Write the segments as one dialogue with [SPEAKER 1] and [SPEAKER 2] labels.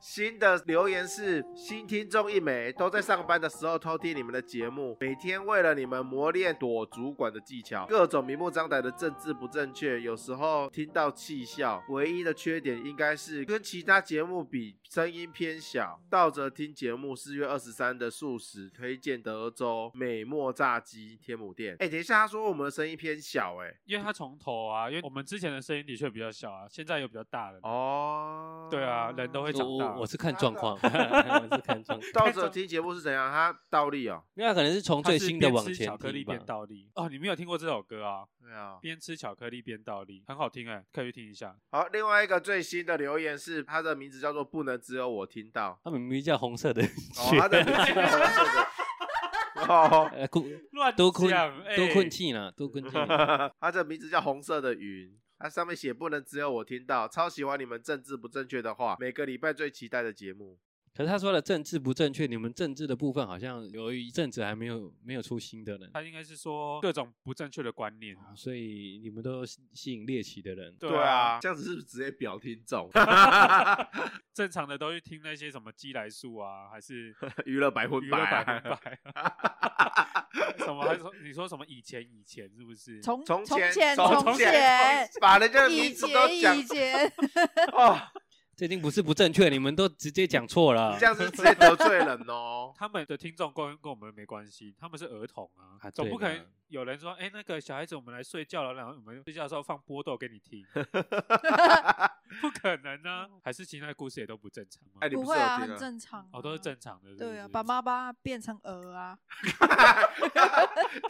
[SPEAKER 1] 新的留言是新听众一枚，都在上班的时候偷听你们的节目，每天为了你们磨练躲主管的技巧，各种明目张胆的政治不正确，有时候听到气笑。唯一的缺点应该是跟其他节目比，声音偏小。倒着听节目，四月二十三的素食推荐德州美墨炸鸡天母店。哎、等一下，他说我们的声音偏小、哎，
[SPEAKER 2] 因为它从头啊，因为我们之前的声音的确比较小啊，现在有比较大的。
[SPEAKER 1] 哦，
[SPEAKER 2] 对啊人都会长大
[SPEAKER 3] 我我是看状况，我是看状况，
[SPEAKER 1] 倒着听节目是怎样？他倒立哦。
[SPEAKER 3] 因为它可能是从最
[SPEAKER 2] 它是
[SPEAKER 3] 新的
[SPEAKER 2] 边
[SPEAKER 3] 往
[SPEAKER 2] 吃
[SPEAKER 3] 前
[SPEAKER 2] 巧克力
[SPEAKER 3] 听吧
[SPEAKER 2] 边倒立哦，你没有听过这首歌啊？
[SPEAKER 1] 对啊。
[SPEAKER 2] 边吃巧克力边倒立，很好听哎、可以去听一下。
[SPEAKER 1] 好，另外一个最新的留言是，他的名字叫做“不能只有我听到
[SPEAKER 3] 它明明叫红色的”，
[SPEAKER 1] 哦，他
[SPEAKER 3] 血，
[SPEAKER 1] 的名字叫做这个。哦，
[SPEAKER 3] 呃，哭
[SPEAKER 2] 乱
[SPEAKER 3] 多困
[SPEAKER 2] 讲哎
[SPEAKER 3] 多困气呢，多困气。啊
[SPEAKER 1] 他的名字叫红色的云，他上面写“不能只有我听到”，超喜欢你们政治不正确的话，每个礼拜最期待的节目。
[SPEAKER 3] 可是他说的政治不正确，你们政治的部分好像有一阵子还没有没有出新的呢，
[SPEAKER 2] 他应该是说各种不正确的观念。
[SPEAKER 3] 所以你们都吸吸引猎奇的人。
[SPEAKER 2] 啊对啊，
[SPEAKER 1] 这样子是不是直接表听 众？
[SPEAKER 2] 正常的都去听那些什么鸡来素啊， 还是
[SPEAKER 1] 娱乐百分
[SPEAKER 2] 娱乐百分
[SPEAKER 1] 百 啊，
[SPEAKER 2] 百啊、 什么？还说你说什么以前以前是不是？
[SPEAKER 4] 从
[SPEAKER 1] 从
[SPEAKER 4] 从
[SPEAKER 1] 前
[SPEAKER 4] 前
[SPEAKER 1] 从
[SPEAKER 4] 从
[SPEAKER 1] 前
[SPEAKER 4] 前，
[SPEAKER 1] 把人家的名
[SPEAKER 4] 以
[SPEAKER 1] 字都讲
[SPEAKER 4] 前以前，
[SPEAKER 1] 哦，
[SPEAKER 3] 这已经不是不正确，你们都直接讲错了
[SPEAKER 1] 你这。样子直接得罪人哦。
[SPEAKER 2] 他们的听众跟跟我们没关系，他们是儿童啊，
[SPEAKER 3] 啊
[SPEAKER 2] 总不可
[SPEAKER 3] 对啦
[SPEAKER 2] 能有人说，哎、那个小孩子，我们来睡觉了，然后我们睡觉的时候放波豆给你听， 不可能啊！还是其他的故事也都不正常吗？
[SPEAKER 1] 哎，你
[SPEAKER 4] 不
[SPEAKER 1] 不是
[SPEAKER 4] 会啊，
[SPEAKER 1] 有听
[SPEAKER 4] 很
[SPEAKER 1] 啊？
[SPEAKER 4] 正常，
[SPEAKER 2] 哦，都是。正常的是不是
[SPEAKER 4] 对啊，把妈妈变成鹅啊，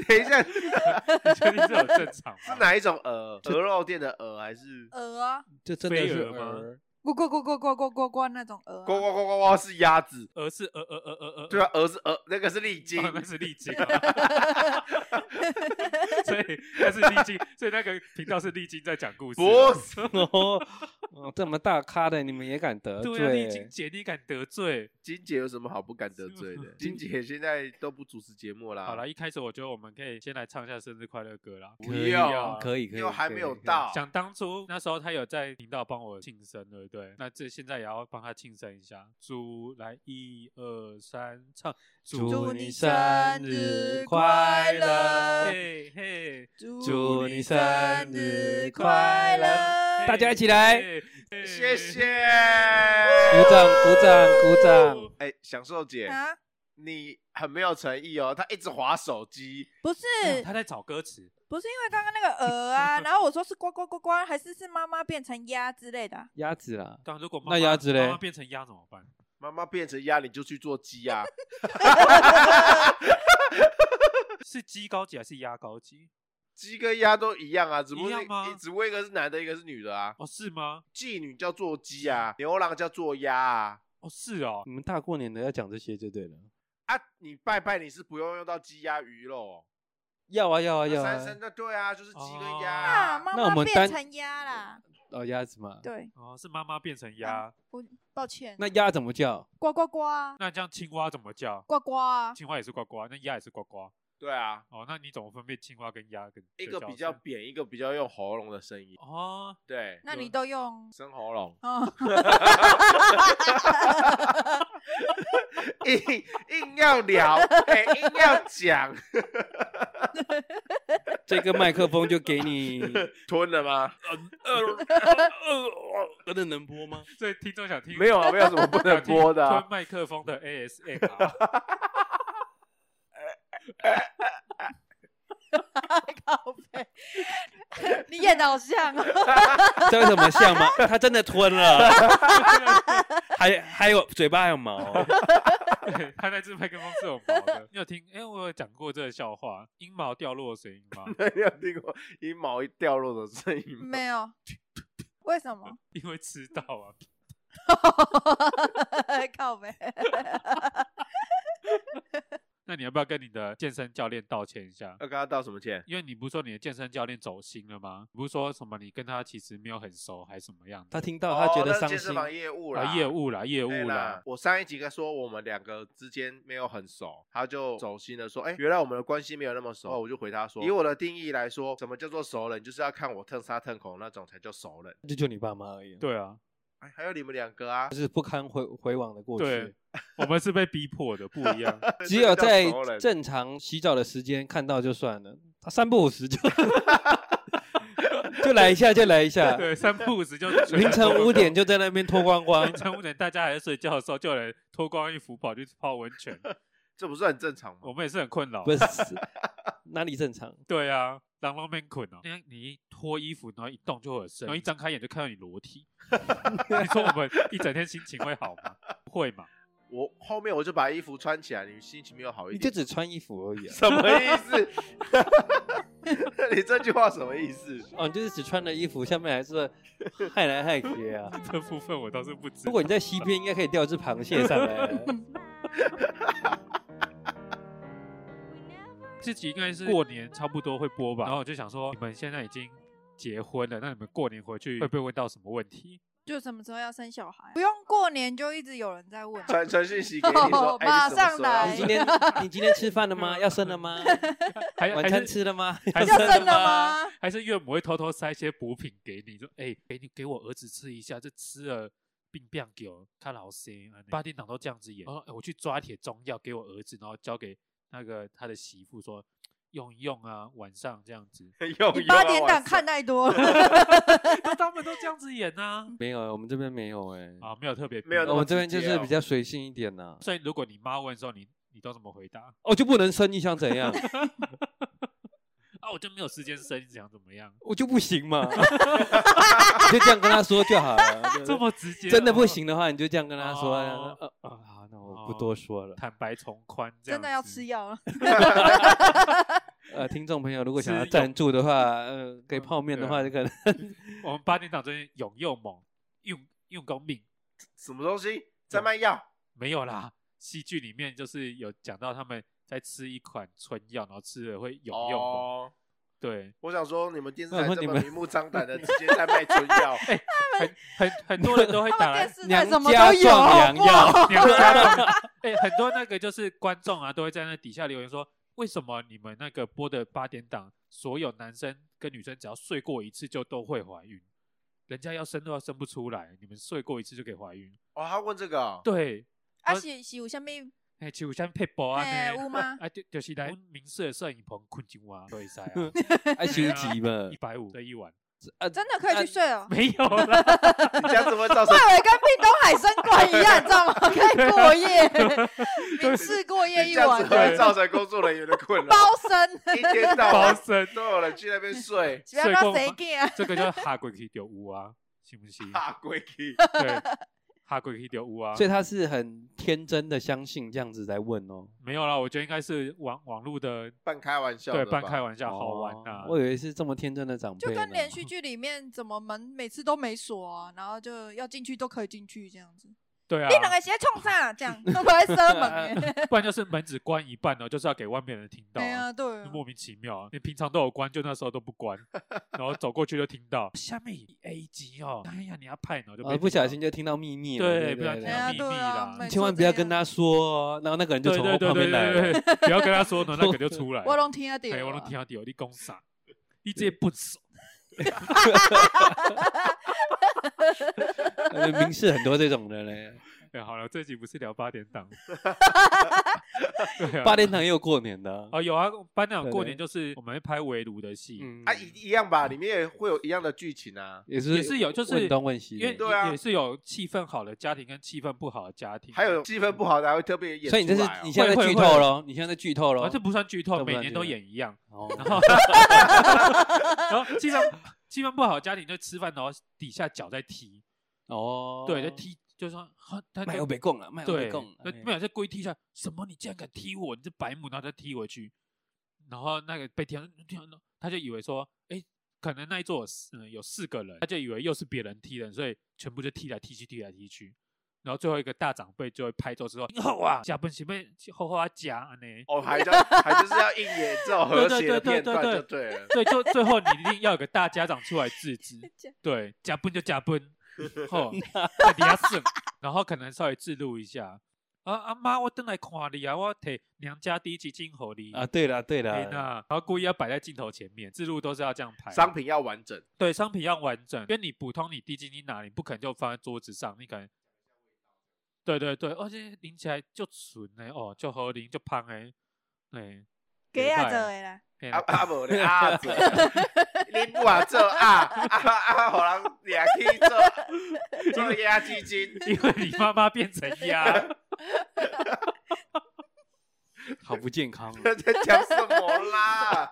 [SPEAKER 1] 等一下，
[SPEAKER 2] 你确定是有正常吗？
[SPEAKER 1] 是哪一种鹅？鹅肉店的鹅还是？
[SPEAKER 4] 鹅啊，
[SPEAKER 3] 这真的
[SPEAKER 2] 飞
[SPEAKER 3] 是
[SPEAKER 2] 蛾吗
[SPEAKER 3] 蛾
[SPEAKER 4] 咕咕咕咕咕咕咕咕那种鹅啊，
[SPEAKER 1] 呱呱呱呱呱是鸭子，
[SPEAKER 2] 鹅哦是呃鹅鹅鹅鹅鹅，
[SPEAKER 1] 对啊，鹅是鹅，那个是丽晶
[SPEAKER 2] 哦，那是丽 晶啊，所以那是丽晶，所以那个频道是丽晶在讲故事啊，
[SPEAKER 1] 不是
[SPEAKER 3] 哦，哦这么大咖的你们也敢得
[SPEAKER 2] 对啊，丽晶？
[SPEAKER 3] 罪
[SPEAKER 2] 姐，你敢得罪？
[SPEAKER 1] 金姐有什么好不敢得罪的？金姐现在都不主持节目啦，
[SPEAKER 2] 好了，，一开始我觉得我们可以先来唱一下生日快乐歌啦。
[SPEAKER 1] 不
[SPEAKER 3] 可以啊
[SPEAKER 1] 要，啊
[SPEAKER 3] 可以可以，
[SPEAKER 1] 又还
[SPEAKER 3] 可以
[SPEAKER 1] 没有
[SPEAKER 3] 可以
[SPEAKER 1] 到，
[SPEAKER 2] 想当初那时候他有在频道帮我庆生，对不对？那这现在也要帮他庆生一下。祝来一二三，唱
[SPEAKER 3] 祝
[SPEAKER 4] 祝
[SPEAKER 3] 你
[SPEAKER 4] 你
[SPEAKER 3] 生
[SPEAKER 4] 生
[SPEAKER 3] 日
[SPEAKER 4] 日
[SPEAKER 3] 快
[SPEAKER 4] 快
[SPEAKER 3] 乐
[SPEAKER 4] 乐！
[SPEAKER 2] 嘿嘿，
[SPEAKER 3] 祝
[SPEAKER 4] 祝
[SPEAKER 3] 你
[SPEAKER 4] 你
[SPEAKER 3] 生
[SPEAKER 4] 生
[SPEAKER 3] 日
[SPEAKER 4] 日
[SPEAKER 3] 快
[SPEAKER 4] 快
[SPEAKER 3] 乐
[SPEAKER 4] 乐！
[SPEAKER 3] 大家一起来
[SPEAKER 2] 嘿，嘿
[SPEAKER 1] 谢谢。。
[SPEAKER 3] 鼓掌鼓掌鼓掌！
[SPEAKER 1] 哎，享受姐，
[SPEAKER 4] 啊，
[SPEAKER 1] 你很没有诚意哦，她一直划手机，
[SPEAKER 4] 不是
[SPEAKER 2] 没嗯有他在找歌词，
[SPEAKER 4] 不是因为刚刚那个鹅啊，然后我说是呱呱呱呱，还是是妈妈变成鸭之类的啊？
[SPEAKER 3] 鸭子啦，
[SPEAKER 2] 刚如果妈
[SPEAKER 3] 那鸭子嘞
[SPEAKER 2] 妈妈变成鸭怎么办？
[SPEAKER 1] 妈妈变成鸭，你就去做鸡啊。
[SPEAKER 2] 是鸡高级还是鸭高级？
[SPEAKER 1] 鸡跟鸭都一样啊，只不过
[SPEAKER 2] 一样
[SPEAKER 1] 是
[SPEAKER 2] 吗
[SPEAKER 1] 只不过一个是男的，一个是女的啊。
[SPEAKER 2] 哦，是吗？
[SPEAKER 1] 妓女叫做鸡啊，牛郎叫做鸭啊。
[SPEAKER 2] 哦，是哦。
[SPEAKER 3] 你们大过年的要讲这些就对了。
[SPEAKER 1] 啊，你拜拜你是不用用到鸡鸭鱼肉哦，
[SPEAKER 3] 要啊要啊
[SPEAKER 1] 那
[SPEAKER 3] 要哦
[SPEAKER 1] 三
[SPEAKER 3] 啊
[SPEAKER 1] 生！那对啊，就是鸡跟鸭
[SPEAKER 4] 啊，
[SPEAKER 1] 啊。
[SPEAKER 4] 妈
[SPEAKER 3] 那我
[SPEAKER 4] 妈
[SPEAKER 3] 们
[SPEAKER 4] 变
[SPEAKER 3] 单
[SPEAKER 4] 成鸭啦。
[SPEAKER 3] 哦，鸭子嘛。
[SPEAKER 4] 对，
[SPEAKER 2] 哦，是妈妈变成鸭，
[SPEAKER 4] 我抱歉。
[SPEAKER 3] 那鸭怎么叫？
[SPEAKER 4] 呱呱呱啊
[SPEAKER 2] 那这样青蛙怎么叫？
[SPEAKER 4] 呱呱啊，
[SPEAKER 2] 青蛙也是呱呱，那鸭也是呱呱。
[SPEAKER 1] 对啊，
[SPEAKER 2] 哦，那你怎么分辨青蛙跟鸭跟
[SPEAKER 1] 一个
[SPEAKER 2] 的叫
[SPEAKER 1] 比较
[SPEAKER 2] 声
[SPEAKER 1] 扁，一个比较用喉咙的声音。
[SPEAKER 2] 哦，
[SPEAKER 1] 对，
[SPEAKER 4] 那你都用，
[SPEAKER 1] 生喉咙
[SPEAKER 4] 哦，
[SPEAKER 1] 硬硬要聊，哎、硬要讲，
[SPEAKER 3] 这个麦克风就给你，
[SPEAKER 1] 吞了吗？
[SPEAKER 3] 真的能播吗？
[SPEAKER 2] 所以听众想听
[SPEAKER 1] 没有啊，没有什么不
[SPEAKER 2] 想
[SPEAKER 1] 能
[SPEAKER 2] 听
[SPEAKER 1] 播的、啊
[SPEAKER 2] 吞。麦克风 的 ASM，
[SPEAKER 4] 靠背， 你演的好像哦。
[SPEAKER 3] 这个怎么像吗？它真的吞了，还还有嘴巴还有毛。
[SPEAKER 2] 对，他那只麦克风是有毛的。你有听？哎，我有讲过这个笑话，阴毛掉落的声音 吗？
[SPEAKER 1] 你有听过阴毛一掉落的声音吗？
[SPEAKER 4] 没有，为什么？
[SPEAKER 2] 因为吃到啊，
[SPEAKER 4] 靠背，
[SPEAKER 2] 那你要不要跟你的健身教练道歉一下？
[SPEAKER 1] 要跟他道什么歉？
[SPEAKER 2] 因为你不是说你的健身教练走心了吗？你不是说什么你跟他其实没有很熟，还是什么样
[SPEAKER 3] 他
[SPEAKER 2] 的？
[SPEAKER 3] 听到他觉
[SPEAKER 1] 哦
[SPEAKER 3] 得
[SPEAKER 1] 那是
[SPEAKER 3] 伤
[SPEAKER 1] 健
[SPEAKER 3] 心
[SPEAKER 1] 身，房业务啦，
[SPEAKER 2] 啊，业务啦，业务
[SPEAKER 1] 对
[SPEAKER 2] 啦，
[SPEAKER 1] 哎我上一集跟说我们两个之间没有很熟，他就走心的说，哎、原来我们的关系没有那么熟。我就回他说，以我的定义来说，什么叫做熟人，就是要看我蹭沙蹭口那种才叫熟人。
[SPEAKER 3] 这就你爸妈而已。
[SPEAKER 2] 对啊，
[SPEAKER 1] 哎，还有你们两个啊，
[SPEAKER 3] 就是不堪回回往的过
[SPEAKER 2] 对
[SPEAKER 3] 去。
[SPEAKER 2] 我们是被逼迫的，不 一样。
[SPEAKER 3] 只有在
[SPEAKER 1] 这个叫熟人
[SPEAKER 3] 正常洗澡的时间看到就算了，他三不五时就就来一下，就来一下。
[SPEAKER 2] 对，三不五时 就
[SPEAKER 3] 凌晨五点就在那边脱光光
[SPEAKER 2] 凌，晨五点大家还在睡觉的时候，就有人脱光衣服跑去泡温 泉，
[SPEAKER 1] 这不是很正常吗？
[SPEAKER 2] 我们也是很困扰。
[SPEAKER 3] 不是哪里正常？
[SPEAKER 2] 对啊，狼狼面捆啊！你看你一脱衣服，然后一动就会有声，然后一张开眼就看到你裸 体。你说我们一整天心情会好吗？不会嘛？
[SPEAKER 1] 我后面我就把衣服穿起来，你心情没有好一
[SPEAKER 3] 你就
[SPEAKER 1] 点？
[SPEAKER 3] 只穿衣服而已、啊。
[SPEAKER 1] 什么意思？ 你这句话什么意思？
[SPEAKER 3] 哦，你就是只穿了衣服，下面还是害来害去啊。
[SPEAKER 2] 这部分我倒是不知
[SPEAKER 3] 如。果你在西边，应该可以钓一只螃蟹上来啊。
[SPEAKER 2] 这集应该是过年啊差不多会播吧？然后我就想说，你们现在已经结婚了，那你们过年回去会被问到什么问题？
[SPEAKER 4] 就什么时候要生小孩？不用过年就一直有人在问。
[SPEAKER 1] 传传讯息给你说，
[SPEAKER 4] 哦
[SPEAKER 1] 哎、
[SPEAKER 4] 马
[SPEAKER 1] 你什么时
[SPEAKER 4] 上
[SPEAKER 1] 候要
[SPEAKER 4] 来
[SPEAKER 3] 你 今天你今天吃饭了吗？要生了吗？
[SPEAKER 2] 还
[SPEAKER 1] 哎
[SPEAKER 2] 还
[SPEAKER 3] 晚
[SPEAKER 2] 是
[SPEAKER 3] 餐吃了吗？
[SPEAKER 2] 还
[SPEAKER 4] 要
[SPEAKER 2] 是
[SPEAKER 4] 生了？吗？
[SPEAKER 2] 还是岳母会偷偷塞一些补品给你，说：“哎、给你给我儿子吃一下，这吃了病变狗，看老师八点档都这样子演。哦”哎我去抓一帖中药给我儿子，然后交给那个他的媳妇说用一用啊，晚上这样子。
[SPEAKER 1] 用
[SPEAKER 4] 你
[SPEAKER 1] 用
[SPEAKER 4] 八
[SPEAKER 1] 啊
[SPEAKER 4] 点档看，太多了。
[SPEAKER 2] 那哎他们都这样子演呐、
[SPEAKER 3] 没有，我们这边没有哎、
[SPEAKER 2] 啊，没有特别
[SPEAKER 1] 没有
[SPEAKER 2] 逼
[SPEAKER 1] 那
[SPEAKER 3] 我
[SPEAKER 1] 么
[SPEAKER 3] 们这边
[SPEAKER 1] 直
[SPEAKER 3] 就
[SPEAKER 1] 接
[SPEAKER 3] 是
[SPEAKER 1] 哦
[SPEAKER 3] 比较随性一点呐、
[SPEAKER 2] 所以如果你妈问的时候，你你都怎么回答？
[SPEAKER 3] 哦，就不能生，你想怎样？
[SPEAKER 2] 啊，我就没有时间生，你想怎么样？
[SPEAKER 3] 我就不行嘛， 你就这样跟他说就好了。对不对
[SPEAKER 2] 这么直接，
[SPEAKER 3] 真的不。行的话，你就这样跟他说。
[SPEAKER 2] 哦
[SPEAKER 3] 呃呃好，那我不多说了。
[SPEAKER 2] 坦白从宽，这样
[SPEAKER 4] 真的要
[SPEAKER 2] 子
[SPEAKER 4] 吃 药了，
[SPEAKER 3] 呃，听众朋友，如果想要
[SPEAKER 2] 是有
[SPEAKER 3] 赞助的话，呃，给泡面的话，
[SPEAKER 2] 对
[SPEAKER 3] 就可能
[SPEAKER 2] 我们八点档最近勇又猛，用用功命
[SPEAKER 1] 什么东西在卖药？
[SPEAKER 2] 没有啦，戏剧里面就是有讲到他们在吃一款春药，然后吃了会有用嘛。
[SPEAKER 1] 哦，
[SPEAKER 2] 对，
[SPEAKER 1] 我想说你们电视
[SPEAKER 3] 我
[SPEAKER 1] 台
[SPEAKER 3] 说
[SPEAKER 1] 这
[SPEAKER 3] 你
[SPEAKER 1] 么
[SPEAKER 3] 们
[SPEAKER 1] 明目张胆的直接在卖春药，
[SPEAKER 2] 很很很多人都会
[SPEAKER 4] 他
[SPEAKER 2] 打
[SPEAKER 4] 们电
[SPEAKER 2] 来
[SPEAKER 4] 视台
[SPEAKER 3] 娘
[SPEAKER 4] 什么
[SPEAKER 3] 家
[SPEAKER 4] 都有，
[SPEAKER 3] 壮
[SPEAKER 4] 好
[SPEAKER 3] 阳
[SPEAKER 4] 不好？
[SPEAKER 3] 药。
[SPEAKER 2] 娘家的， 哎、很多那个就是观众啊，都会在那底下留言说，为什么你们那个播的八点档，所有男生跟女生只要睡过一次就都会怀孕，人家要生都要生不出来，你们睡过一次就可以怀孕？
[SPEAKER 1] 哦，他问这个、哦，
[SPEAKER 2] 对，
[SPEAKER 4] 啊
[SPEAKER 2] 我
[SPEAKER 4] 是是有啥物？
[SPEAKER 2] 哎、其实有像配播啊，
[SPEAKER 4] 哎 有吗
[SPEAKER 2] 啊，就就是来民视的摄影棚困进我，所以塞啊。
[SPEAKER 3] 爱休息 嘛
[SPEAKER 2] 一，百五这一晚，
[SPEAKER 3] 啊，
[SPEAKER 4] 真的可以去睡 哦。
[SPEAKER 2] 没有 啦，
[SPEAKER 1] 你这样子会造成
[SPEAKER 4] 外围跟碧东海参馆一样，你知道 吗？可以过 夜，民事过 夜
[SPEAKER 1] 你
[SPEAKER 4] 一
[SPEAKER 1] 这样
[SPEAKER 4] 晚
[SPEAKER 1] 子，会
[SPEAKER 2] 对
[SPEAKER 1] 造成工作人员的困扰
[SPEAKER 4] 包，身，
[SPEAKER 1] 一天到
[SPEAKER 2] 包
[SPEAKER 1] 晚
[SPEAKER 2] 身，
[SPEAKER 1] 都有人去那边睡，
[SPEAKER 4] 不要让谁见啊！
[SPEAKER 2] 这个叫哈鬼去丢屋啊，信不信？
[SPEAKER 1] 怕鬼去。
[SPEAKER 2] 对，哈鬼去丢屋啊
[SPEAKER 3] 所，以他是很天真的相信这样子在问哦。
[SPEAKER 2] 没有啦，我觉得应该是网网络的
[SPEAKER 1] 半开玩笑
[SPEAKER 2] 对
[SPEAKER 1] 的吧，
[SPEAKER 2] 半开玩笑，好玩啊呐
[SPEAKER 3] 哦，。我以为是这么天真的长辈
[SPEAKER 4] 就
[SPEAKER 3] 呢，哦
[SPEAKER 4] 跟连续剧里面怎么门每次都没锁啊，然后就要进去都可以进去这样子。
[SPEAKER 2] 对啊
[SPEAKER 4] 你，两个先冲上啊，这 样他们会射门欸
[SPEAKER 2] 不然就是门只关一半哦，就是要给外面人听到
[SPEAKER 4] 对
[SPEAKER 2] 啊。
[SPEAKER 4] 啊，对啊，
[SPEAKER 2] 莫名其妙啊！你平常都有关，就那时候都 不关，然后走过去就听到下面 A 级哦，哎呀，你要派呢，然后就
[SPEAKER 3] 啊
[SPEAKER 2] 被
[SPEAKER 3] 不
[SPEAKER 2] 听到
[SPEAKER 3] 小心就听到秘密了，
[SPEAKER 2] 对
[SPEAKER 3] 对
[SPEAKER 2] 不小心
[SPEAKER 4] 哎呀，
[SPEAKER 2] 秘密
[SPEAKER 4] 对
[SPEAKER 2] 啦
[SPEAKER 4] 啊，
[SPEAKER 2] 你
[SPEAKER 4] 每次
[SPEAKER 3] 千万
[SPEAKER 4] 都
[SPEAKER 3] 不
[SPEAKER 4] 这
[SPEAKER 3] 要
[SPEAKER 4] 样
[SPEAKER 3] 跟他说哦，然后那个人就
[SPEAKER 2] 对
[SPEAKER 3] 从我
[SPEAKER 2] 对
[SPEAKER 3] 旁
[SPEAKER 2] 对
[SPEAKER 3] 边
[SPEAKER 2] 对
[SPEAKER 3] 来
[SPEAKER 2] 对
[SPEAKER 3] 了。
[SPEAKER 2] 对，不要跟他说呢，那个就出 来了。
[SPEAKER 4] 我拢听得
[SPEAKER 3] 哦
[SPEAKER 4] 到
[SPEAKER 2] 哎，我能
[SPEAKER 4] 啊，，
[SPEAKER 2] 听到有你讲啥？你这不熟，
[SPEAKER 3] 呃明示很多这种的嘞，
[SPEAKER 2] 哎，好了，这集不是聊八点 档，对啊
[SPEAKER 3] 八点档也有过年的啊，
[SPEAKER 2] 啊，有啊，班长过年
[SPEAKER 3] 对
[SPEAKER 2] 就是我们会拍围炉的戏，
[SPEAKER 3] 嗯
[SPEAKER 1] 啊，一一样吧，里面也会有一样的剧情啊，
[SPEAKER 3] 也是
[SPEAKER 2] 也是有，就是
[SPEAKER 3] 问东问西
[SPEAKER 2] 因为
[SPEAKER 3] 的，
[SPEAKER 1] 对啊
[SPEAKER 2] 也是有气氛好的家庭跟气氛不好的家庭，
[SPEAKER 1] 还有气氛不好的还会特别演出
[SPEAKER 3] 所
[SPEAKER 1] 来哦。
[SPEAKER 3] 以你这是你现在在
[SPEAKER 2] 啊会
[SPEAKER 3] 剧
[SPEAKER 2] 会
[SPEAKER 3] 透喽，你现在在剧透喽
[SPEAKER 2] 啊，，这不算剧透，
[SPEAKER 3] 这不
[SPEAKER 2] 每
[SPEAKER 3] 算
[SPEAKER 2] 年
[SPEAKER 3] 剧
[SPEAKER 2] 都
[SPEAKER 3] 透
[SPEAKER 2] 演一样，然
[SPEAKER 3] 哦
[SPEAKER 2] 后然后气氛气氛不好的家庭就吃饭，然后底下脚在踢，
[SPEAKER 3] 哦，
[SPEAKER 2] 对，就踢，就说啊他
[SPEAKER 3] 卖
[SPEAKER 2] 就
[SPEAKER 3] 欧北贡了，哎卖欧
[SPEAKER 2] 对，
[SPEAKER 3] 北贡，
[SPEAKER 2] 那没有再故意踢一下，什么？你竟然敢踢我！你这白目，然后再踢回去，然后那个被踢到，踢到他就以为说，哎，可能那一桌有四、嗯、有四个人，他就以为又是别人踢人，所以全部就踢来踢去，踢来踢去。然后最后一个大长辈就会拍桌子说：“后啊，假本前面后后啊假啊呢。
[SPEAKER 1] 哦，还叫还就是要硬演这种和谐的
[SPEAKER 2] 对对对
[SPEAKER 1] 片
[SPEAKER 2] 对
[SPEAKER 1] 段
[SPEAKER 2] 对
[SPEAKER 1] 就对了”。
[SPEAKER 2] 对，就最后你一定要有个大家长出来制止
[SPEAKER 4] 这样
[SPEAKER 2] 对， 假崩就假崩，吼，在底下剩，然后可能稍微制度一下，啊阿妈，我等来看你啊，我摕娘家第一集进口你
[SPEAKER 3] 啊，对了对
[SPEAKER 2] 哎
[SPEAKER 3] 了，
[SPEAKER 2] 呐，然后故意要摆在镜头前面，字幕都是要这样排。
[SPEAKER 1] 商品要完整，
[SPEAKER 2] 对商品要完整，因为你普通你滴进去哪，你不可能就放在桌子上，你可能。对对对，而且淋起来就纯哎、哦，就好淋就香哎，哎，
[SPEAKER 4] 给啊做的啦，
[SPEAKER 2] 嘿
[SPEAKER 1] 啊
[SPEAKER 2] 啦
[SPEAKER 1] 啊无咧 啊做，你不啊做啊啊啊，互人掠去做做压基金，
[SPEAKER 2] 因为你妈妈变成 鸭，
[SPEAKER 3] 好不健康哦。
[SPEAKER 1] 在讲什么 啦？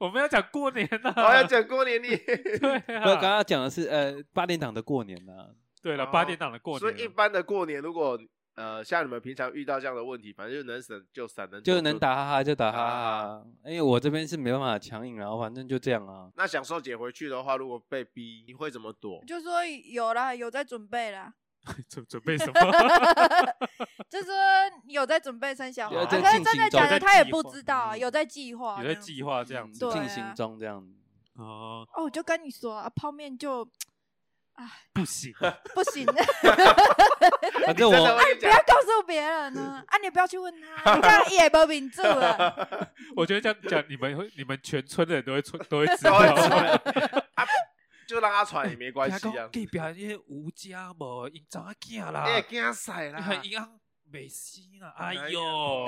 [SPEAKER 2] 我们要讲过年呐、
[SPEAKER 3] 啊
[SPEAKER 1] 我哦要讲过年你，
[SPEAKER 2] 对
[SPEAKER 3] 不，刚
[SPEAKER 2] 啊，
[SPEAKER 3] 刚讲的是呃八点档的过年呢，
[SPEAKER 2] 对了，
[SPEAKER 1] 哦
[SPEAKER 2] 八点档的
[SPEAKER 3] 啊
[SPEAKER 2] 过
[SPEAKER 1] 所以一
[SPEAKER 2] 年了，
[SPEAKER 1] 般的过年，如果呃像你们平常遇到这样的问题，反正就能省就省，能躲
[SPEAKER 3] 就能。打哈哈就打哈
[SPEAKER 1] 打
[SPEAKER 2] 啊
[SPEAKER 3] 哈，因为我这边是没办法强硬，然后反正就这样啊。
[SPEAKER 1] 那想受姐回去的话，如果被逼，你会怎么 躲？
[SPEAKER 4] 就说有啦，有在准 备啦，
[SPEAKER 2] 准 准备什么？
[SPEAKER 4] 就说有在准备生小孩，
[SPEAKER 1] 有
[SPEAKER 4] 啊
[SPEAKER 1] 在
[SPEAKER 4] 可是
[SPEAKER 3] 进
[SPEAKER 4] 真的
[SPEAKER 3] 行中
[SPEAKER 4] 假
[SPEAKER 2] 有在
[SPEAKER 4] 的他也
[SPEAKER 2] 计
[SPEAKER 4] 不
[SPEAKER 2] 划
[SPEAKER 4] 知道啊，
[SPEAKER 3] 嗯
[SPEAKER 4] 有在计划，
[SPEAKER 2] 有在计划这样
[SPEAKER 3] 嗯
[SPEAKER 2] 子
[SPEAKER 4] 对
[SPEAKER 3] 进
[SPEAKER 4] 啊
[SPEAKER 3] 行中这样子。
[SPEAKER 2] 哦，
[SPEAKER 4] 哦，我就跟你说啊，泡 面就
[SPEAKER 2] 不行，啊
[SPEAKER 4] 不行，啊
[SPEAKER 3] 反正
[SPEAKER 1] 你真的
[SPEAKER 3] 我
[SPEAKER 1] 会
[SPEAKER 4] 不
[SPEAKER 1] 讲
[SPEAKER 4] 要告诉别人呢，啊，你不要去问他，你这样也没啊秉住 了。
[SPEAKER 2] 我觉得这样讲，你们会，你们全村的人都会村都会知
[SPEAKER 1] 都会
[SPEAKER 2] 道。
[SPEAKER 1] 传啊，就让他传也没关系 啊。
[SPEAKER 2] 隔壁迄个吴家无，因查某囝啦
[SPEAKER 1] 你，也哎惊死啦！
[SPEAKER 2] 因翁未死啦，哎哟，